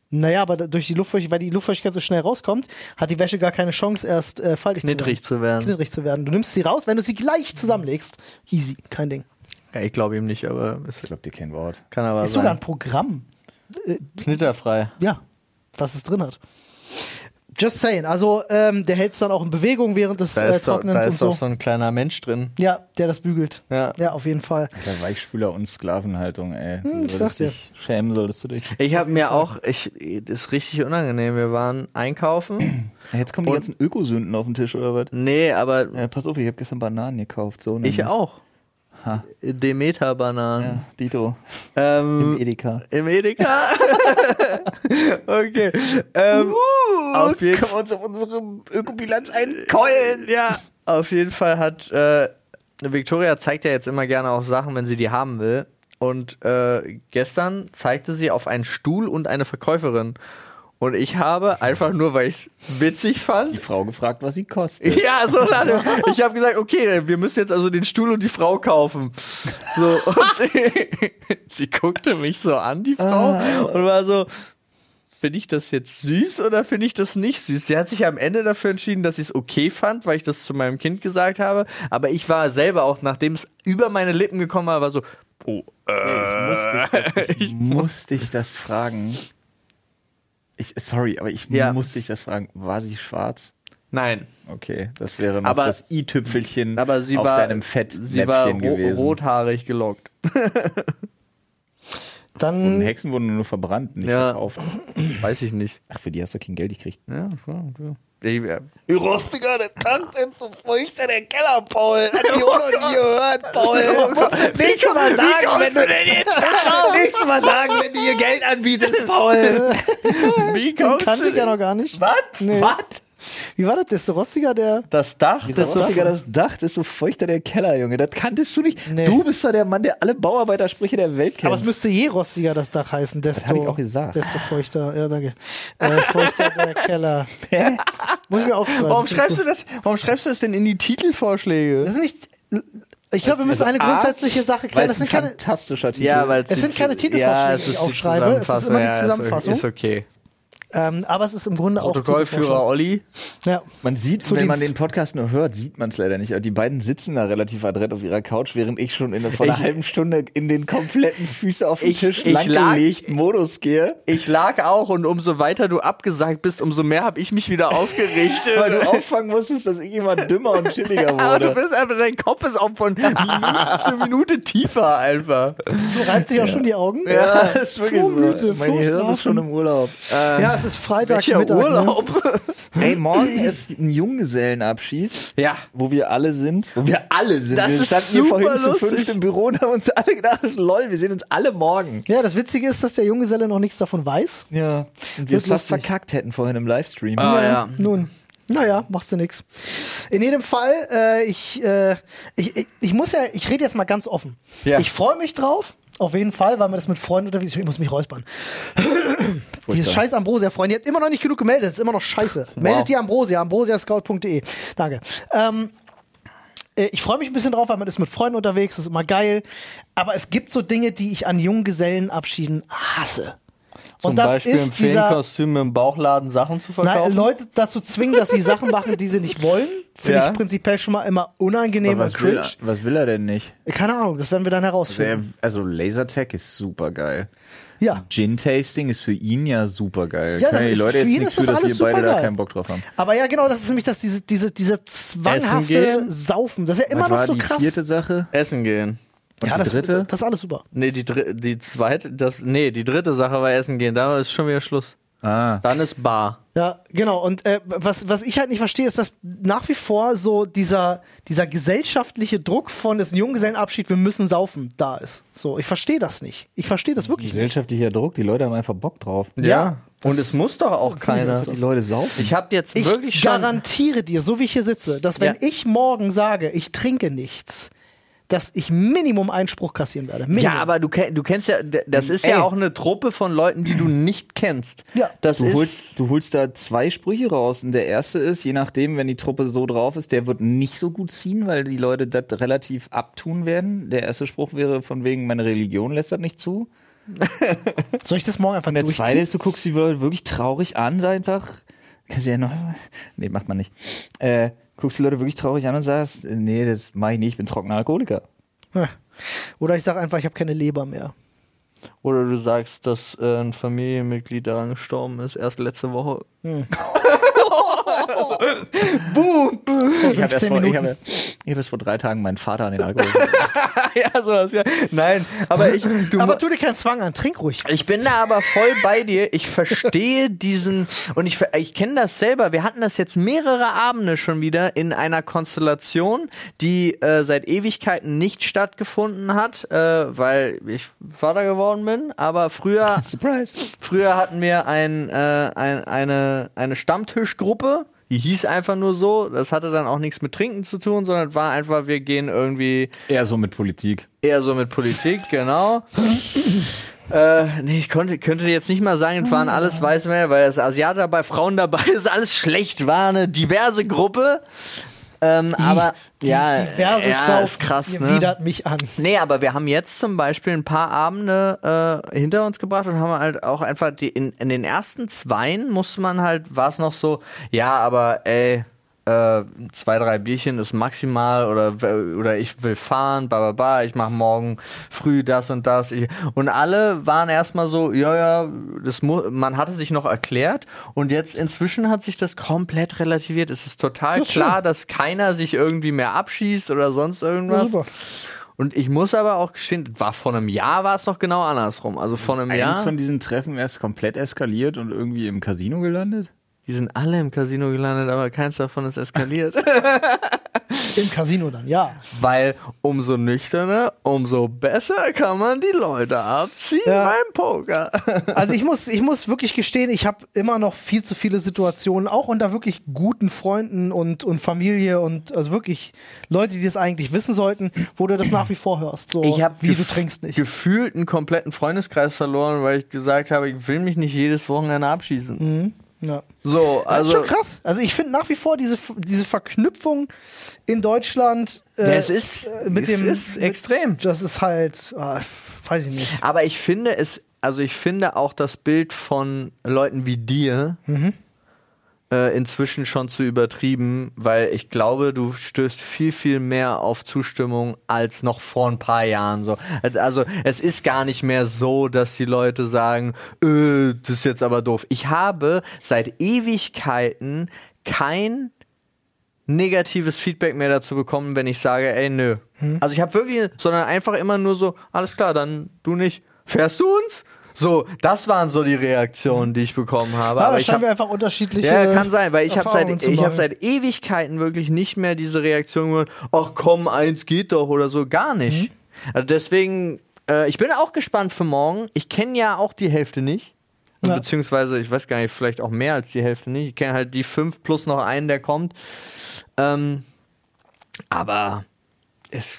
Speaker 2: Naja, aber da- durch die Luftfeuchtigkeit, weil die Luftfeuchtigkeit so schnell rauskommt, hat die Wäsche gar keine Chance, erst äh, faltig
Speaker 3: Knittrig
Speaker 2: zu werden.
Speaker 3: zu werden.
Speaker 2: Knittrig zu werden. Du nimmst sie raus, wenn du sie gleich zusammenlegst. Easy, kein Ding.
Speaker 3: ja ich glaube ihm nicht, aber es
Speaker 1: Ich glaube dir kein Wort.
Speaker 3: kann aber
Speaker 2: Ist sogar ein
Speaker 3: sein.
Speaker 2: Programm.
Speaker 3: Knitterfrei.
Speaker 2: Ja, was es drin hat. Just saying. Also, ähm, der hält es dann auch in Bewegung während des
Speaker 3: Da
Speaker 2: äh,
Speaker 3: ist, doch,
Speaker 2: Trocknens
Speaker 3: da
Speaker 2: und
Speaker 3: ist
Speaker 2: so.
Speaker 3: doch so ein kleiner Mensch drin.
Speaker 2: Ja, der das bügelt.
Speaker 3: Ja.
Speaker 2: ja auf jeden Fall.
Speaker 1: Alter, Weichspüler und Sklavenhaltung, ey. Du
Speaker 2: ich
Speaker 1: solltest
Speaker 2: sag dir.
Speaker 1: dich Schämen solltest du dich.
Speaker 3: Ich habe mir auch, ich, das ist richtig unangenehm. Wir waren [CLEARS THROAT] einkaufen.
Speaker 1: Jetzt kommen die ganzen Ökosünden auf den Tisch, oder was?
Speaker 3: nee, aber
Speaker 1: Äh, pass auf, ich habe gestern Bananen gekauft. So
Speaker 3: ich
Speaker 1: nämlich.
Speaker 3: auch.
Speaker 1: Ha.
Speaker 3: Demeter-Bananen.
Speaker 1: Ja, Dito.
Speaker 3: [LAUGHS] Ähm,
Speaker 1: Im Edeka.
Speaker 3: Im Edeka? [LAUGHS] okay. Ähm, auf jeden
Speaker 1: wir uns auf unsere Ökobilanz einkeulen.
Speaker 3: Ja, [LAUGHS] auf jeden Fall hat äh, Victoria zeigt ja jetzt immer gerne auch Sachen, wenn sie die haben will. Und äh, gestern zeigte sie auf einen Stuhl und eine Verkäuferin. Und ich habe einfach nur, weil ich es witzig
Speaker 1: Die
Speaker 3: fand.
Speaker 1: Frau gefragt, was sie kostet.
Speaker 3: [LAUGHS] Ja, so lange. Ich habe gesagt, okay, wir müssen jetzt also den Stuhl und die Frau kaufen. So, [LAUGHS] und sie, sie guckte mich so an, die Frau,
Speaker 1: Ah,
Speaker 3: und war so, finde ich das jetzt süß oder finde ich das nicht süß? Sie hat sich am Ende dafür entschieden, dass sie es okay fand, weil ich das zu meinem Kind gesagt habe. Aber ich war selber auch, nachdem es über meine Lippen gekommen war, war so, oh, [LAUGHS]
Speaker 1: Ich muss dich das fragen. Ich, sorry, aber ich
Speaker 3: Ja.
Speaker 1: muss dich das fragen. War sie schwarz?
Speaker 3: nein.
Speaker 1: Okay, das wäre noch
Speaker 3: Aber-
Speaker 1: das i-Tüpfelchen
Speaker 3: Aber sie
Speaker 1: auf
Speaker 3: war,
Speaker 1: deinem Fett
Speaker 3: sie war ro
Speaker 1: gewesen.
Speaker 3: rothaarig gelockt. Oh,
Speaker 1: Und
Speaker 2: Dann
Speaker 1: Hexen wurden nur verbrannt, nicht
Speaker 3: Ja.
Speaker 1: verkauft.
Speaker 3: Weiß ich nicht.
Speaker 1: Ach, für die hast du kein Geld gekriegt.
Speaker 3: Ja, klar, klar. Ich, äh, die Rostiger, der Tanz ist so feucht, der Keller, Paul. Hat die auch noch nie gehört, Paul. Äh, Wie kann man sagen, wenn du denn jetzt nächstes Mal sagen, wenn du ihr Geld anbietest, Paul? [LAUGHS] Wie kommst
Speaker 2: kannte
Speaker 3: du
Speaker 2: ich ja
Speaker 3: denn?
Speaker 2: noch gar nicht.
Speaker 3: Was?
Speaker 2: Nee.
Speaker 3: Was?
Speaker 2: Wie war das? Der ist Rostiger, der.
Speaker 3: Das Dach, das
Speaker 2: Rostiger,
Speaker 3: Dach.
Speaker 1: das Dach ist so feuchter der Keller, Junge. Das kanntest du nicht.
Speaker 2: Nee.
Speaker 1: bist doch der Mann, der alle Bauarbeitersprüche der Welt kennt.
Speaker 2: Aber es müsste je rostiger das Dach heißen, desto,
Speaker 1: hab ich auch gesagt.
Speaker 2: desto feuchter. Ja, danke. Äh, feuchter
Speaker 3: [LAUGHS]
Speaker 2: der Keller. Muss ich mir aufschreiben.
Speaker 3: Warum schreibst du das, warum schreibst du das denn in die Titelvorschläge?
Speaker 2: Das ist nicht. Ich glaube, wir müssen eine
Speaker 1: A,
Speaker 2: grundsätzliche Sache
Speaker 1: weil
Speaker 2: klären. Das
Speaker 1: es ein
Speaker 2: sind keine.
Speaker 1: fantastischer Titel.
Speaker 3: weil
Speaker 2: Es sind keine Titelvorschläge, die ich aufschreibe. Es ist immer die Zusammenfassung.
Speaker 3: Ist okay.
Speaker 2: Ähm, aber es ist im Grunde
Speaker 3: Protokollführer
Speaker 2: auch.
Speaker 3: Olli.
Speaker 2: Ja.
Speaker 1: Man sieht,
Speaker 2: Zu
Speaker 1: wenn man
Speaker 2: Dienst.
Speaker 1: den Podcast nur hört, sieht man es leider nicht. Aber die beiden sitzen da relativ adrett auf ihrer Couch, während ich schon in vor einer
Speaker 3: Ich-
Speaker 1: halben Stunde in den kompletten Füße auf den
Speaker 3: Ich-
Speaker 1: Tisch
Speaker 3: ich
Speaker 1: langgelegt Modus gehe.
Speaker 3: Ich lag auch und umso weiter du abgesagt bist, umso mehr habe ich mich wieder aufgeregt.
Speaker 1: Weil [LAUGHS] du auffangen musstest, dass ich immer dümmer und chilliger [LAUGHS]
Speaker 3: Aber du
Speaker 1: wurde.
Speaker 3: bist einfach, dein Kopf ist auch von Minute zu Minute tiefer einfach.
Speaker 2: Du reibst dich auch schon die Augen. Ja,
Speaker 1: das [LAUGHS] ist wirklich so.
Speaker 2: Vormüde,
Speaker 1: Mein Gehirn ist
Speaker 2: vorschlafen.
Speaker 1: schon im Urlaub.
Speaker 2: es ist Freitag.
Speaker 3: Welcher
Speaker 2: Mittag, Ne? [LAUGHS]
Speaker 3: Urlaub.
Speaker 1: Ey, morgen ist ein Junggesellenabschied,
Speaker 3: Ja.
Speaker 1: wo wir alle sind. Wo wir alle sind.
Speaker 3: Das
Speaker 1: wir
Speaker 3: ist
Speaker 1: standen hier
Speaker 3: super
Speaker 1: vorhin zu
Speaker 3: lustig.
Speaker 1: fünft im Büro und haben uns alle gedacht, lol, wir sehen uns alle morgen.
Speaker 2: Ja, das Witzige ist, dass der Junggeselle noch nichts davon weiß.
Speaker 1: Ja. Und wir es
Speaker 2: Wird
Speaker 1: fast
Speaker 2: lustig.
Speaker 1: verkackt hätten vorhin im Livestream.
Speaker 3: Ah, ja.
Speaker 2: Äh, Nun. Naja, machst du nix. In jedem Fall, äh, ich, äh, ich, ich, ich muss ja, ich rede jetzt mal ganz offen.
Speaker 3: Ja.
Speaker 2: Ich freue mich drauf, auf jeden Fall, weil man das mit Freunden unterwegs, ich muss mich räuspern. Dieses scheiß Ambrosia-Freund, ihr habt immer noch nicht genug gemeldet, das ist immer noch scheiße. Meldet die Ambrosia, ambrosiascout.de. Danke. Ähm, äh, ich freue mich ein bisschen drauf, weil man ist mit Freunden unterwegs, das ist immer geil. Aber es gibt so Dinge, die ich an Junggesellenabschieden hasse.
Speaker 3: Zum Beispiel im Feenkostüm im Bauchladen Sachen zu
Speaker 2: Nein,
Speaker 3: verkaufen.
Speaker 2: Äh, Leute dazu zwingen, dass sie Sachen machen, die sie nicht wollen, finde
Speaker 3: Ja.
Speaker 2: ich prinzipiell schon mal immer unangenehm und
Speaker 1: was, will
Speaker 2: cringe.
Speaker 1: er, was will er denn nicht?
Speaker 2: Keine Ahnung, das werden wir dann herausfinden.
Speaker 1: also Lasertag ist super geil.
Speaker 2: Ja.
Speaker 1: Gin-Tasting ist für ihn ja super geil.
Speaker 2: Ja,
Speaker 1: Können
Speaker 2: das
Speaker 1: die
Speaker 2: ist-
Speaker 1: Leute
Speaker 2: für
Speaker 1: jetzt
Speaker 2: ihn
Speaker 1: nichts
Speaker 2: ist das
Speaker 1: für, dass wir
Speaker 2: alles
Speaker 1: beide da
Speaker 2: supergeil.
Speaker 1: keinen Bock drauf haben.
Speaker 2: Aber ja, genau, das ist nämlich das, diese, diese, diese zwanghafte
Speaker 3: gehen?
Speaker 2: Saufen. Das ist ja immer
Speaker 1: was
Speaker 2: noch
Speaker 1: war
Speaker 2: so
Speaker 1: die
Speaker 2: krass.
Speaker 1: vierte Sache?
Speaker 3: Essen gehen.
Speaker 1: Und
Speaker 2: ja,
Speaker 1: die
Speaker 2: das,
Speaker 1: dritte?
Speaker 2: das ist alles super.
Speaker 3: Nee, die, dr die zweite, das, nee, die dritte Sache war Essen gehen. Da ist schon wieder Schluss.
Speaker 1: Ah.
Speaker 3: Dann ist bar.
Speaker 2: Ja, genau. Und äh, was, was ich halt nicht verstehe, ist, dass nach wie vor so dieser, dieser gesellschaftliche Druck von das Junggesellenabschied, wir müssen saufen, da ist. So, ich verstehe das nicht. Ich verstehe das wirklich nicht.
Speaker 1: Gesellschaftlicher Druck, die Leute haben einfach Bock drauf.
Speaker 2: Ja, das-
Speaker 3: Und es muss doch auch keiner.
Speaker 1: Die Leute saufen.
Speaker 3: Ich habe jetzt
Speaker 2: Ich
Speaker 3: wirklich schon.
Speaker 2: garantiere dir, so wie ich hier sitze, dass wenn
Speaker 3: Ja.
Speaker 2: ich morgen sage, ich trinke nichts, dass ich Minimum Einspruch kassieren werde. Minimum.
Speaker 3: Ja, aber du, ken- du kennst ja, d- das ist ja
Speaker 7: Ey.
Speaker 3: auch eine Truppe von Leuten, die du nicht kennst.
Speaker 2: Ja.
Speaker 3: das
Speaker 1: Du
Speaker 3: ist.
Speaker 1: holst, du holst da zwei Sprüche raus und der erste ist, je nachdem, wenn die Truppe so drauf ist, der wird nicht so gut ziehen, weil die Leute das relativ abtun werden. Der erste Spruch wäre von wegen, meine Religion lässt das nicht zu.
Speaker 2: soll ich das morgen einfach
Speaker 1: Und der zweite
Speaker 2: durchziehen?
Speaker 1: ist, du guckst die Leute wirklich traurig an, sag einfach. Kannst du ja noch. Nee, macht man nicht. Äh, guckst die Leute wirklich traurig an und sagst, nee, das mache ich nicht, ich bin trockener Alkoholiker.
Speaker 2: Ja. Oder ich sage einfach, ich habe keine Leber mehr.
Speaker 3: Oder du sagst, dass äh, ein Familienmitglied daran gestorben ist, erst letzte Woche.
Speaker 1: Ich habe erst,
Speaker 2: 15
Speaker 1: vor- ich hab,
Speaker 2: Minuten.
Speaker 1: ich hab erst vor drei Tagen meinen Vater an den Alkohol.
Speaker 3: [LAUGHS] ja, sowas, ja. Nein, aber ich. Du,
Speaker 2: aber tu dir keinen Zwang an, trink ruhig.
Speaker 3: Ich bin da aber voll bei dir. Ich verstehe diesen und ich, ver- ich kenne das selber. Wir hatten das jetzt mehrere Abende schon wieder in einer Konstellation, die äh, seit Ewigkeiten nicht stattgefunden hat, äh, weil ich Vater geworden bin.
Speaker 1: [LAUGHS]
Speaker 3: Aber früher
Speaker 1: [LAUGHS] Surprise.
Speaker 3: Früher hatten wir ein, äh, ein, eine, eine Stammtischgruppe, die hieß einfach nur so. Das hatte dann auch nichts mit Trinken zu tun, sondern war einfach, wir gehen irgendwie
Speaker 1: Eher so mit Politik.
Speaker 3: eher so mit Politik, genau. Äh, nee, ich konnte, könnte jetzt nicht mal sagen, es waren alles weiße Männer, weil das Asiaten dabei, Frauen dabei, [LAUGHS] das ist alles schlecht, war eine diverse Gruppe. Ähm, aber ja,
Speaker 2: Diverses
Speaker 3: ja
Speaker 2: Saufen,
Speaker 3: ist krass,
Speaker 2: ihr
Speaker 3: ne?
Speaker 2: widert mich an.
Speaker 3: Nee, aber wir haben jetzt zum Beispiel ein paar Abende äh, hinter uns gebracht und haben halt auch einfach die in, in den ersten zweien musste man halt, war es noch so, ja, aber ey, äh, zwei, drei Bierchen ist maximal oder, oder ich will fahren, ba, ba, ba, ich mache morgen früh das und das. Ich, und alle waren erstmal so, ja, ja, das mu man hatte sich noch erklärt und jetzt inzwischen hat sich das komplett relativiert. Es ist total
Speaker 2: Das ist
Speaker 3: klar, dass keiner sich irgendwie mehr abschießt oder sonst irgendwas.
Speaker 2: super.
Speaker 3: Und ich muss aber auch gestehen, war vor einem Jahr war es noch genau andersrum. Also vor einem
Speaker 1: Eines
Speaker 3: Jahr,
Speaker 1: von diesen Treffen erst komplett eskaliert und irgendwie im Casino gelandet?
Speaker 3: die sind alle im Casino gelandet, aber keins davon ist eskaliert. [LAUGHS]
Speaker 2: Im Casino dann, ja.
Speaker 3: Weil umso nüchterner, umso besser kann man die Leute abziehen
Speaker 2: Ja. [LAUGHS]
Speaker 3: beim Poker.
Speaker 2: Also ich muss, ich muss wirklich gestehen, ich habe immer noch viel zu viele Situationen, auch unter wirklich guten Freunden und, und Familie und also wirklich Leute, die das eigentlich wissen sollten, wo du das nach wie vor hörst. So
Speaker 3: hab
Speaker 2: wie du
Speaker 3: gef-
Speaker 2: trinkst nicht.
Speaker 3: gefühlt einen kompletten Freundeskreis verloren, weil ich gesagt habe, ich will mich nicht jedes Wochenende abschießen.
Speaker 2: Ja.
Speaker 3: So,
Speaker 2: Also, Mhm. das ist
Speaker 3: also
Speaker 2: schon krass. Also ich finde nach wie vor diese, diese Verknüpfung in Deutschland
Speaker 3: Ja,
Speaker 2: äh,
Speaker 3: es ist,
Speaker 2: äh, mit
Speaker 3: es
Speaker 2: dem
Speaker 3: ist extrem.
Speaker 2: Mit, das ist halt, ah, weiß ich nicht.
Speaker 3: Aber ich finde es, also ich finde auch das Bild von Leuten wie dir äh, inzwischen schon zu übertrieben, weil ich glaube, du stößt viel, viel mehr auf Zustimmung als noch vor ein paar Jahren. So. Also es ist gar nicht mehr so, dass die Leute sagen, äh, das ist jetzt aber doof. Ich habe seit Ewigkeiten kein negatives Feedback mehr dazu bekommen, wenn ich sage, ey, nö. Also ich habe wirklich, sondern einfach immer nur so, alles klar, dann du nicht. Fährst du uns? So, das waren so die Reaktionen, die ich bekommen habe.
Speaker 2: Ja,
Speaker 3: aber
Speaker 2: da
Speaker 3: ich hab,
Speaker 2: scheinen wir einfach unterschiedliche.
Speaker 3: ja, kann sein, weil ich habe
Speaker 2: äh, Erfahrungen
Speaker 3: seit,
Speaker 2: zu
Speaker 3: ich hab
Speaker 2: machen.
Speaker 3: seit Ewigkeiten wirklich nicht mehr diese Reaktion gehört, ach komm, eins geht doch oder so, gar nicht.
Speaker 2: Mhm.
Speaker 3: Also deswegen, äh, ich bin auch gespannt für morgen. Ich kenne ja auch die Hälfte nicht. Also
Speaker 2: Ja.
Speaker 3: Beziehungsweise, ich weiß gar nicht, vielleicht auch mehr als die Hälfte nicht. Ich kenne halt die fünf plus noch einen, der kommt. Ähm, aber es.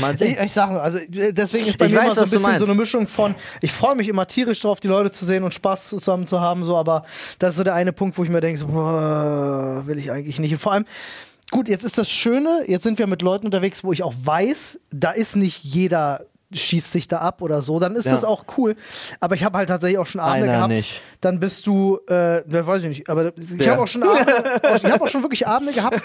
Speaker 3: Mal sehen.
Speaker 2: Ich, ich sage, also äh, deswegen ist bei
Speaker 3: Ich
Speaker 2: mir
Speaker 3: weiß,
Speaker 2: immer so ein
Speaker 3: was du
Speaker 2: bisschen so eine
Speaker 3: meinst.
Speaker 2: Mischung von, ich freue mich immer tierisch drauf, die Leute zu sehen und Spaß zusammen zu haben, so, aber das ist so der eine Punkt, wo ich mir denke, so, boah, will ich eigentlich nicht. Und vor allem, gut, jetzt ist das Schöne, jetzt sind wir mit Leuten unterwegs, wo ich auch weiß, da ist nicht jeder schießt sich da ab oder so, dann ist
Speaker 3: Ja.
Speaker 2: das auch cool. Aber ich habe halt tatsächlich auch schon Abende
Speaker 3: Einer
Speaker 2: gehabt,
Speaker 3: nicht.
Speaker 2: dann bist du, äh, na, weiß ich nicht, aber ich
Speaker 3: Ja.
Speaker 2: habe auch schon Abende, [LAUGHS] auch- ich habe auch schon wirklich Abende gehabt,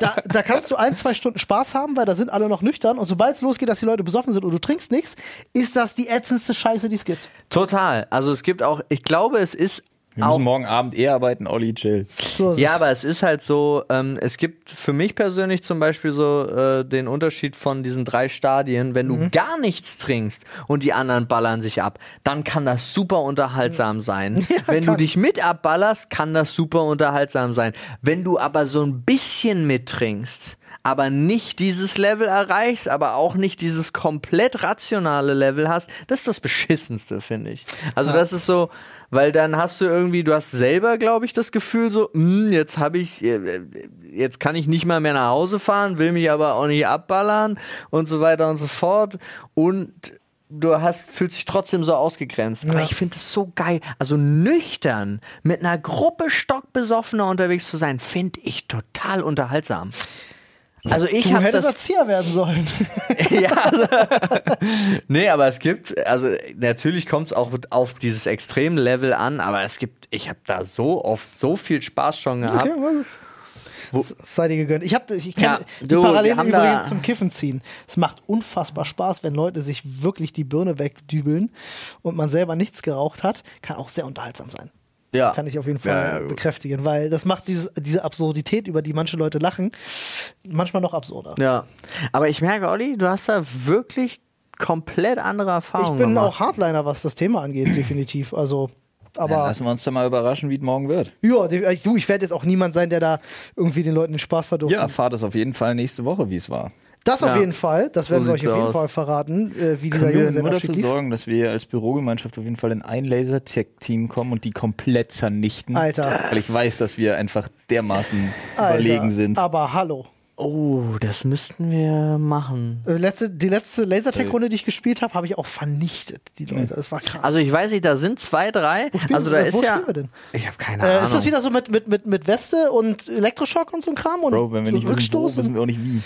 Speaker 2: da, da kannst du ein, zwei Stunden Spaß haben, weil da sind alle noch nüchtern und sobald es losgeht, dass die Leute besoffen sind und du trinkst nichts, ist das die ätzendste Scheiße, die es gibt.
Speaker 3: Total. Also es gibt auch, ich glaube, es ist
Speaker 1: Wir
Speaker 3: Auch-
Speaker 1: müssen morgen Abend eh arbeiten, Olli, chill.
Speaker 2: So, es
Speaker 3: Ja,
Speaker 2: ist-
Speaker 3: aber es ist halt so, ähm, es gibt für mich persönlich zum Beispiel so äh, den Unterschied von diesen drei Stadien. Wenn
Speaker 2: Mhm.
Speaker 3: du gar nichts trinkst und die anderen ballern sich ab, dann kann das super unterhaltsam
Speaker 2: Mhm. [LAUGHS]
Speaker 3: sein. Wenn du dich mit abballerst, kann das super unterhaltsam sein. Wenn du aber so ein bisschen mittrinkst, aber nicht dieses Level erreichst, aber auch nicht dieses komplett rationale Level hast, das ist das Beschissenste, finde ich. Also das ist so, weil dann hast du irgendwie, du hast selber, glaube ich, das Gefühl so, "Mm, jetzt habe ich, äh, äh, jetzt kann ich nicht mal mehr nach Hause fahren, will mich aber auch nicht abballern und so weiter und so fort und du hast, fühlst dich trotzdem so ausgegrenzt. Aber ich finde es so geil. Also nüchtern mit einer Gruppe stockbesoffener unterwegs zu sein, finde ich total unterhaltsam. Also ich
Speaker 2: du
Speaker 3: habe
Speaker 2: hättest
Speaker 3: das
Speaker 2: Erzieher werden sollen. [LAUGHS]
Speaker 3: ja, also, [LAUGHS] nee, aber es gibt, also natürlich kommt es auch auf dieses Extremlevel an, aber es gibt, ich habe da so oft so viel Spaß schon gehabt.
Speaker 2: Okay, well. S- Sei dir gegönnt. Ich, hab, ich ich
Speaker 3: Ja,
Speaker 2: kann die
Speaker 3: du, wir
Speaker 2: Parallele
Speaker 3: haben
Speaker 2: übrigens
Speaker 3: da-
Speaker 2: zum Kiffen ziehen. Es macht unfassbar Spaß, wenn Leute sich wirklich die Birne wegdübeln und man selber nichts geraucht hat. Kann auch sehr unterhaltsam sein.
Speaker 3: Ja.
Speaker 2: Kann ich auf jeden
Speaker 3: Ja, ja,
Speaker 2: Fall
Speaker 3: gut.
Speaker 2: bekräftigen, weil das macht dieses, diese Absurdität, über die manche Leute lachen, manchmal noch absurder.
Speaker 3: Ja, aber ich merke, Olli, du hast da wirklich komplett andere Erfahrungen
Speaker 2: ich bin
Speaker 3: gemacht.
Speaker 2: auch Hardliner, was das Thema angeht, definitiv. Also, aber.
Speaker 1: Dann lassen wir uns doch mal überraschen, wie es morgen wird.
Speaker 2: Ja, de- du, ich werde jetzt auch niemand sein, der da irgendwie den Leuten den Spaß verdirbt.
Speaker 1: Ja, erfahrt es auf jeden Fall nächste Woche, wie es war.
Speaker 2: Das auf
Speaker 3: Ja.
Speaker 2: jeden Fall, das werden wir euch
Speaker 3: sieht's
Speaker 2: auf jeden
Speaker 3: aus.
Speaker 2: Fall verraten, äh, wie dieser
Speaker 1: Können
Speaker 2: Junge
Speaker 1: wir
Speaker 2: seinen
Speaker 1: nur
Speaker 2: Abschied
Speaker 1: dafür
Speaker 2: lief.
Speaker 1: sorgen, dass wir als Bürogemeinschaft auf jeden Fall in ein Lasertech-Team kommen und die komplett zernichten.
Speaker 2: Alter.
Speaker 1: Weil ich weiß, dass wir einfach dermaßen überlegen sind.
Speaker 2: Aber hallo.
Speaker 3: Oh, das müssten wir machen.
Speaker 2: Äh, Letzte, die letzte Lasertag-Runde, die ich gespielt habe, habe ich auch vernichtet, die Leute. Das war krass.
Speaker 3: Also ich weiß nicht, da sind zwei, drei.
Speaker 2: spielen-
Speaker 3: also da
Speaker 2: äh,
Speaker 3: ist
Speaker 2: wo
Speaker 3: ja.
Speaker 2: spielen wir denn?
Speaker 3: Ich habe keine Ahnung.
Speaker 2: äh, ist das wieder so mit, mit, mit, mit Weste und Elektroschock und so ein Kram? Und
Speaker 1: Bro, wenn wir nicht wissen, wo,
Speaker 2: Rückstoß? und-
Speaker 1: wissen wir auch nicht wie.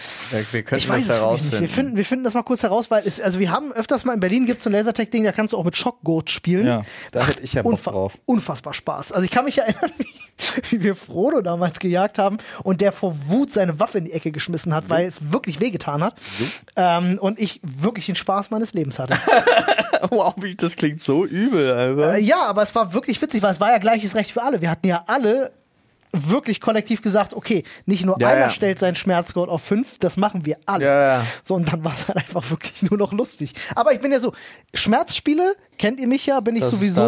Speaker 3: wir können
Speaker 2: Ich weiß es wirklich nicht. Wir finden, wir finden das mal kurz heraus, weil es, also wir haben öfters mal in Berlin gibt es so ein Lasertag-Ding, da kannst du auch mit Schockgurt spielen.
Speaker 1: Ja, da hätte ich ja Bock drauf.
Speaker 2: Unfassbar Spaß. Also ich kann mich erinnern, [LAUGHS] wie, wie wir Frodo damals gejagt haben und der vor Wut seine Waffe in die Ecke geschmissen hat, weil es wirklich wehgetan hat. Ähm, und ich wirklich den Spaß meines Lebens hatte.
Speaker 3: [LAUGHS] Wow, wie- das klingt so übel, Alter.
Speaker 2: Äh, ja, aber es war wirklich witzig, weil es war ja gleiches Recht für alle. Wir hatten ja alle wirklich kollektiv gesagt, okay, nicht nur
Speaker 3: Ja,
Speaker 2: einer
Speaker 3: ja.
Speaker 2: stellt seinen Schmerzgurt auf fünf, das machen wir alle.
Speaker 3: Ja, ja.
Speaker 2: So, und dann war es halt einfach wirklich nur noch lustig. Aber ich bin ja so, Schmerzspiele, kennt ihr mich ja, bin ich
Speaker 3: Das ist
Speaker 2: sowieso.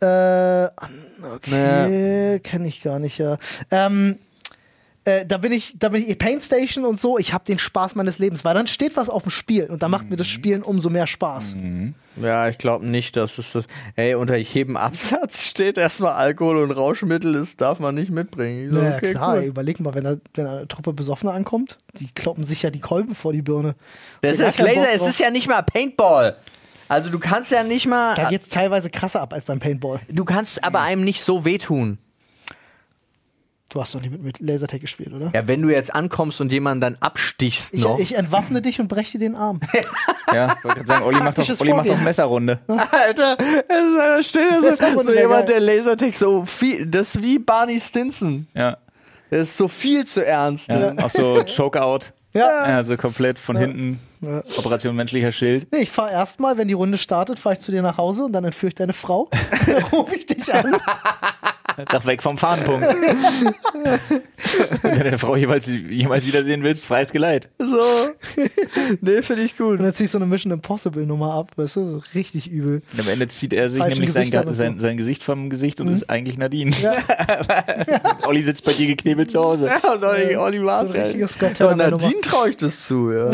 Speaker 3: das.
Speaker 2: Äh, okay, kenne ich gar nicht, ja. Ähm, äh, da bin ich, da bin ich Paint Station und so, ich habe den Spaß meines Lebens, weil dann steht was auf dem Spiel und dann macht
Speaker 3: Mhm.
Speaker 2: mir das Spielen umso mehr Spaß.
Speaker 3: Ja, ich glaube nicht, dass es das. Ey, unter jedem Absatz [LAUGHS] steht erstmal Alkohol und Rauschmittel, das darf man nicht mitbringen. Ich so,
Speaker 2: Naja,
Speaker 3: okay,
Speaker 2: klar, ey,
Speaker 3: cool.
Speaker 2: überleg mal, wenn, da, wenn eine Truppe Besoffener ankommt, die kloppen sich ja die Kolben vor die Birne.
Speaker 3: Das
Speaker 2: ja
Speaker 3: ist
Speaker 2: gar keinen
Speaker 3: Laser,
Speaker 2: Bock
Speaker 3: es
Speaker 2: drauf.
Speaker 3: ist ja nicht mal Paintball. Also du kannst ja nicht
Speaker 2: Da
Speaker 3: mal.
Speaker 2: geht's teilweise krasser ab als beim Paintball.
Speaker 3: Du kannst aber einem nicht so wehtun.
Speaker 2: Du hast doch nicht mit, mit Lasertag gespielt, oder?
Speaker 3: Ja, wenn du jetzt ankommst und jemanden dann abstichst
Speaker 2: Ich,
Speaker 3: noch.
Speaker 2: ich entwaffne dich und breche dir den Arm.
Speaker 1: Ja, wollte gerade sagen, Olli macht doch,
Speaker 2: Taktisches
Speaker 1: Olli macht doch
Speaker 2: Vorgehen.
Speaker 1: Messerrunde.
Speaker 3: [LAUGHS] Alter, da steht ja
Speaker 2: Das ist
Speaker 3: so,
Speaker 2: auch
Speaker 3: so jemand, der Lasertag so viel. Das ist wie Barney Stinson.
Speaker 1: Ja.
Speaker 3: Das ist so viel zu ernst.
Speaker 1: ja.
Speaker 3: Ne?
Speaker 1: Auch so Chokeout.
Speaker 2: Ja.
Speaker 1: Also komplett von hinten. Operation menschlicher Schild.
Speaker 2: Nee, ich fahr erstmal, wenn die Runde startet, fahr ich zu dir nach Hause und dann entführe ich deine
Speaker 3: [LAUGHS]
Speaker 2: Frau. dann rufe ich dich an.
Speaker 1: Sag weg vom
Speaker 2: [LAUGHS]
Speaker 1: Fahnenpunkt. Wenn du deine Frau jeweils, jemals wiedersehen willst, freies Geleit.
Speaker 3: So.
Speaker 2: [LAUGHS]
Speaker 3: nee, finde ich gut.
Speaker 2: Und dann ziehst du eine Mission Impossible Nummer ab, weißt du? So richtig übel.
Speaker 1: Und am Ende zieht er sich
Speaker 2: Falsche
Speaker 1: nämlich sein,
Speaker 2: Gesichter und so. Mhm.
Speaker 1: sein, sein Gesicht vom Gesicht und ist eigentlich Nadine. [LAUGHS] Olli sitzt bei dir geknebelt zu Hause.
Speaker 3: Ja, [LAUGHS] und Olli, Olli war's. halt.
Speaker 2: so ein richtiger
Speaker 3: ja.
Speaker 2: Scott
Speaker 3: Doch,
Speaker 2: Turner
Speaker 3: Nadine traue ich das
Speaker 2: [LAUGHS]
Speaker 3: zu, ja.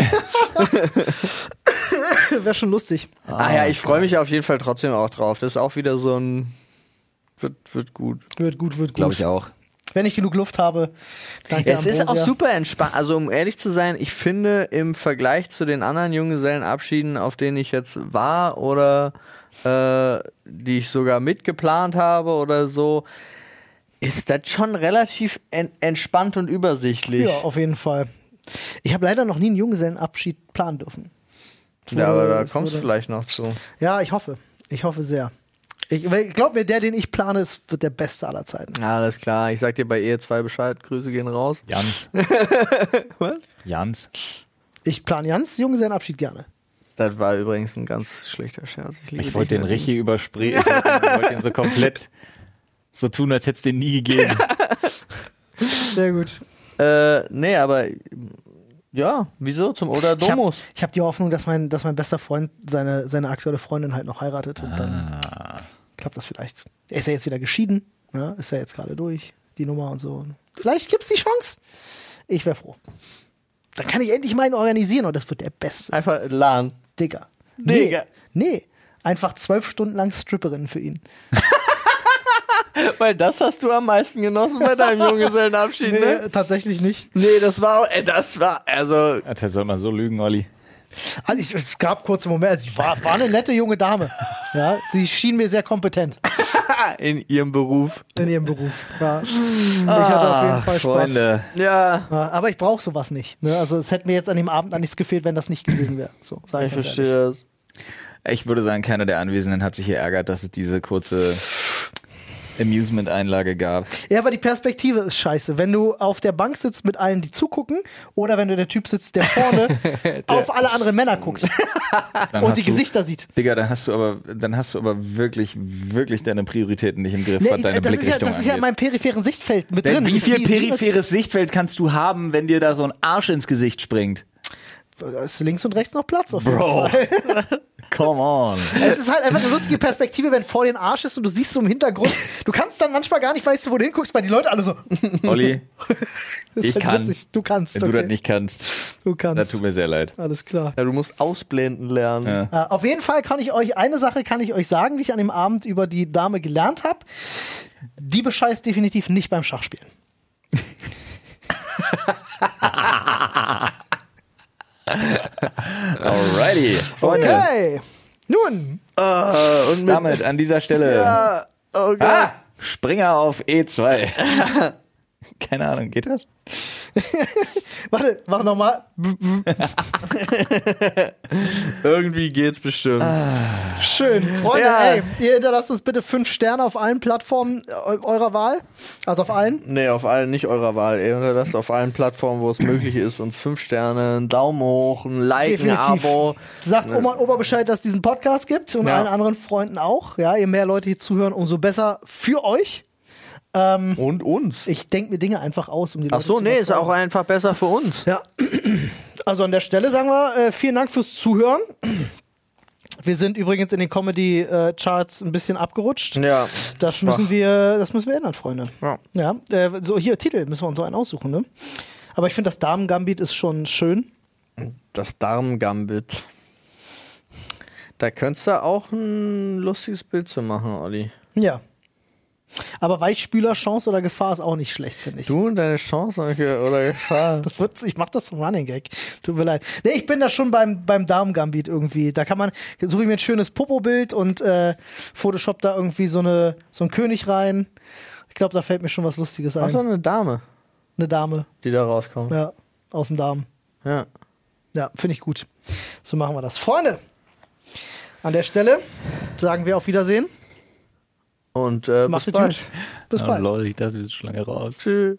Speaker 2: Wäre schon lustig.
Speaker 3: ah ja, ich freue mich auf jeden Fall trotzdem auch drauf. Das ist auch wieder so ein. Wird, wird gut.
Speaker 2: Wird gut, wird gut.
Speaker 1: auch.
Speaker 2: Wenn ich genug Luft habe, danke
Speaker 3: Es ist auch
Speaker 2: Ambrosia.
Speaker 3: super entspannt. Also, um ehrlich zu sein, ich finde im Vergleich zu den anderen Junggesellenabschieden, auf denen ich jetzt war oder äh, die ich sogar mitgeplant habe oder so, ist das schon relativ en entspannt und übersichtlich.
Speaker 2: Ja, auf jeden Fall. Ich habe leider noch nie einen Junggesellenabschied planen dürfen.
Speaker 3: Ja, aber da
Speaker 2: Ich
Speaker 3: kommst du
Speaker 2: würde-
Speaker 3: vielleicht noch zu.
Speaker 2: Ja, ich hoffe. Ich hoffe sehr. Ich, weil, glaub mir, der, den ich plane, ist, wird der beste aller Zeiten.
Speaker 3: Alles klar, ich sag dir bei EE2 Bescheid. Grüße gehen raus.
Speaker 2: [LAUGHS]
Speaker 1: Jans. Jans.
Speaker 2: Ich plane Jans Junggesellenabschied gerne.
Speaker 3: Das war übrigens ein ganz schlechter Scherz. liebe
Speaker 1: [LAUGHS] Ich wollte
Speaker 3: dich,
Speaker 1: den
Speaker 3: Nadine.
Speaker 1: richtig überspringen. Ich wollte ihn so komplett So tun, als hätte es den nie
Speaker 2: [LAUGHS]
Speaker 1: gegeben.
Speaker 2: Sehr gut.
Speaker 3: Äh, nee, aber ja, wieso? Zum Oder
Speaker 2: Ich habe
Speaker 3: Domus.
Speaker 2: hab die Hoffnung, dass mein, dass mein bester Freund seine, seine aktuelle Freundin halt noch heiratet und dann klappt das vielleicht. Er ist ja jetzt wieder geschieden, ne? ist ja jetzt gerade durch, die Nummer und so. Vielleicht gibt's die Chance. Ich wäre froh. Dann kann ich endlich meinen organisieren und das wird der beste.
Speaker 3: Einfach LAN.
Speaker 2: Digga.
Speaker 3: Digga.
Speaker 2: Nee. nee. Einfach zwölf Stunden lang Stripperinnen für ihn.
Speaker 3: Weil das hast du am meisten genossen bei [LAUGHS] deinem Junggesellenabschied, ne?
Speaker 2: Äh, tatsächlich nicht.
Speaker 3: Nee, das war, äh, das war, also,
Speaker 1: Alter, soll man so lügen, Olli.
Speaker 2: Also ich, es gab kurze Momente. Sie war, war eine nette junge Dame. Ja, sie schien mir sehr kompetent
Speaker 3: ah, in ihrem Beruf.
Speaker 2: in ihrem Beruf. Ja. Ich hatte auf jeden Fall Spaß.
Speaker 1: Freunde.
Speaker 3: Ja,
Speaker 2: Ja, aber ich brauche sowas nicht. Ne? Also es hätte mir jetzt an dem Abend an nichts gefehlt, wenn das nicht gewesen wäre. So, sag ich,
Speaker 3: Ah, ich
Speaker 2: ganz
Speaker 3: verstehe
Speaker 2: ehrlich.
Speaker 3: das.
Speaker 1: Ich würde sagen, keiner der Anwesenden hat sich hier ärgert, dass es diese kurze Amusement-Einlage gab.
Speaker 2: [LAUGHS] Ja, aber die Perspektive ist scheiße. Wenn du auf der Bank sitzt mit allen, die zugucken, oder wenn du der Typ sitzt, der vorne auf alle anderen Männer guckt
Speaker 1: Dann
Speaker 2: und
Speaker 1: hast
Speaker 2: Ah, oh, die
Speaker 1: du-
Speaker 2: Gesichter sieht.
Speaker 1: Digga, dann hast du aber, dann hast du aber wirklich, wirklich deine Prioritäten nicht im Griff,
Speaker 2: Nee,
Speaker 1: was deine
Speaker 2: Ne, das ist ja,
Speaker 1: Blickrichtung
Speaker 2: das ist ja
Speaker 1: angeht.
Speaker 2: in meinem peripheren Sichtfeld mit
Speaker 1: Denn
Speaker 2: drin.
Speaker 1: wie
Speaker 2: Ich
Speaker 1: viel
Speaker 2: sehe- sehe
Speaker 1: peripheres Sichtfeld kannst du haben, wenn dir da so ein Arsch ins Gesicht springt?
Speaker 2: das- Da ist links und rechts noch Platz auf jeden
Speaker 1: Bro.
Speaker 2: Fall.
Speaker 1: Come
Speaker 2: [LAUGHS]
Speaker 1: on.
Speaker 2: Es ist halt einfach eine lustige Perspektive, wenn vor den Arsch ist und du siehst so im Hintergrund. Du kannst dann manchmal gar nicht weißt, wo du hinguckst, weil die Leute alle so. [LAUGHS]
Speaker 1: Olli,
Speaker 2: Das
Speaker 1: Ich kann.
Speaker 2: Du kannst.
Speaker 1: wenn
Speaker 2: okay.
Speaker 1: du das nicht kannst,
Speaker 2: Du
Speaker 1: dann
Speaker 2: kannst.
Speaker 1: tut mir sehr leid.
Speaker 2: Alles klar.
Speaker 3: Ja, du musst ausblenden lernen.
Speaker 1: Ja.
Speaker 2: Äh, auf jeden Fall kann ich euch, eine Sache kann ich euch sagen, die ich an dem Abend über die Dame gelernt habe. Die bescheißt definitiv nicht beim Schachspielen. [LAUGHS]
Speaker 1: Alrighty. Freunde,
Speaker 2: Okay. Nun,
Speaker 3: Äh, und mit,
Speaker 1: damit an dieser Stelle.
Speaker 3: Ah, oh Gott.
Speaker 1: Ah, Springer auf
Speaker 2: [LAUGHS]
Speaker 1: E2. Keine Ahnung, geht das?
Speaker 2: warte, mach nochmal.
Speaker 3: Irgendwie geht's bestimmt.
Speaker 2: Schön. Freunde,
Speaker 3: Ja.
Speaker 2: ey, ihr hinterlasst uns bitte fünf Sterne auf allen Plattformen äh, eurer Wahl. Also auf allen.
Speaker 3: Nee, auf allen, nicht eurer Wahl. Ihr hinterlasst auf allen Plattformen, wo es möglich ist, uns fünf Sterne, einen Daumen hoch, ein Like, ein
Speaker 2: Definitiv.
Speaker 3: Abo.
Speaker 2: Sagt Oma und Opa Bescheid, dass es diesen Podcast gibt und
Speaker 3: Ja.
Speaker 2: allen anderen Freunden auch. Ja, je mehr Leute hier zuhören, umso besser für euch.
Speaker 3: Und uns.
Speaker 2: Ich denke mir Dinge einfach aus, um die
Speaker 3: Ach
Speaker 2: Leute
Speaker 3: so,
Speaker 2: zu
Speaker 3: nee, ist
Speaker 2: überzeugen.
Speaker 3: auch einfach besser für uns.
Speaker 2: Ja. [CLEARS THROAT] Also an der Stelle sagen wir äh, vielen Dank fürs Zuhören. Wir sind übrigens in den Comedy äh, Charts ein bisschen abgerutscht.
Speaker 3: Ja.
Speaker 2: Das müssen wir, das müssen wir ändern, Freunde.
Speaker 3: Ja.
Speaker 2: Ja, äh, so hier Titel müssen wir uns so einen aussuchen, ne? Aber ich finde das Damen Gambit ist schon schön.
Speaker 3: Das Darmgambit. Da könntest du auch ein lustiges Bild zu machen, Olli.
Speaker 2: Ja. Aber Weichspüler Chance oder Gefahr ist auch nicht schlecht, finde ich.
Speaker 3: Du und deine Chance oder Gefahr.
Speaker 2: Das wird, ich mache das zum Running Gag. Tut mir leid. Nee, ich bin da schon beim, beim Darmgambit irgendwie. Da kann man, suche ich mir ein schönes Popo-Bild und äh, Photoshop da irgendwie so, eine, so einen König rein. Ich glaube, da fällt mir schon was Lustiges ein.
Speaker 3: Ach so, eine Dame,
Speaker 2: Eine Dame,
Speaker 3: die da rauskommt.
Speaker 2: ja, aus dem Darm.
Speaker 3: Ja.
Speaker 2: Ja, finde ich gut. So machen wir das. Freunde, an der Stelle sagen wir auf Wiedersehen.
Speaker 3: Und äh,
Speaker 2: Macht
Speaker 3: bis
Speaker 2: es
Speaker 3: bald.
Speaker 2: gut. Bis bald.
Speaker 1: lol, ich Ah, dachte, wir sind schon lange raus.
Speaker 3: Tschüss.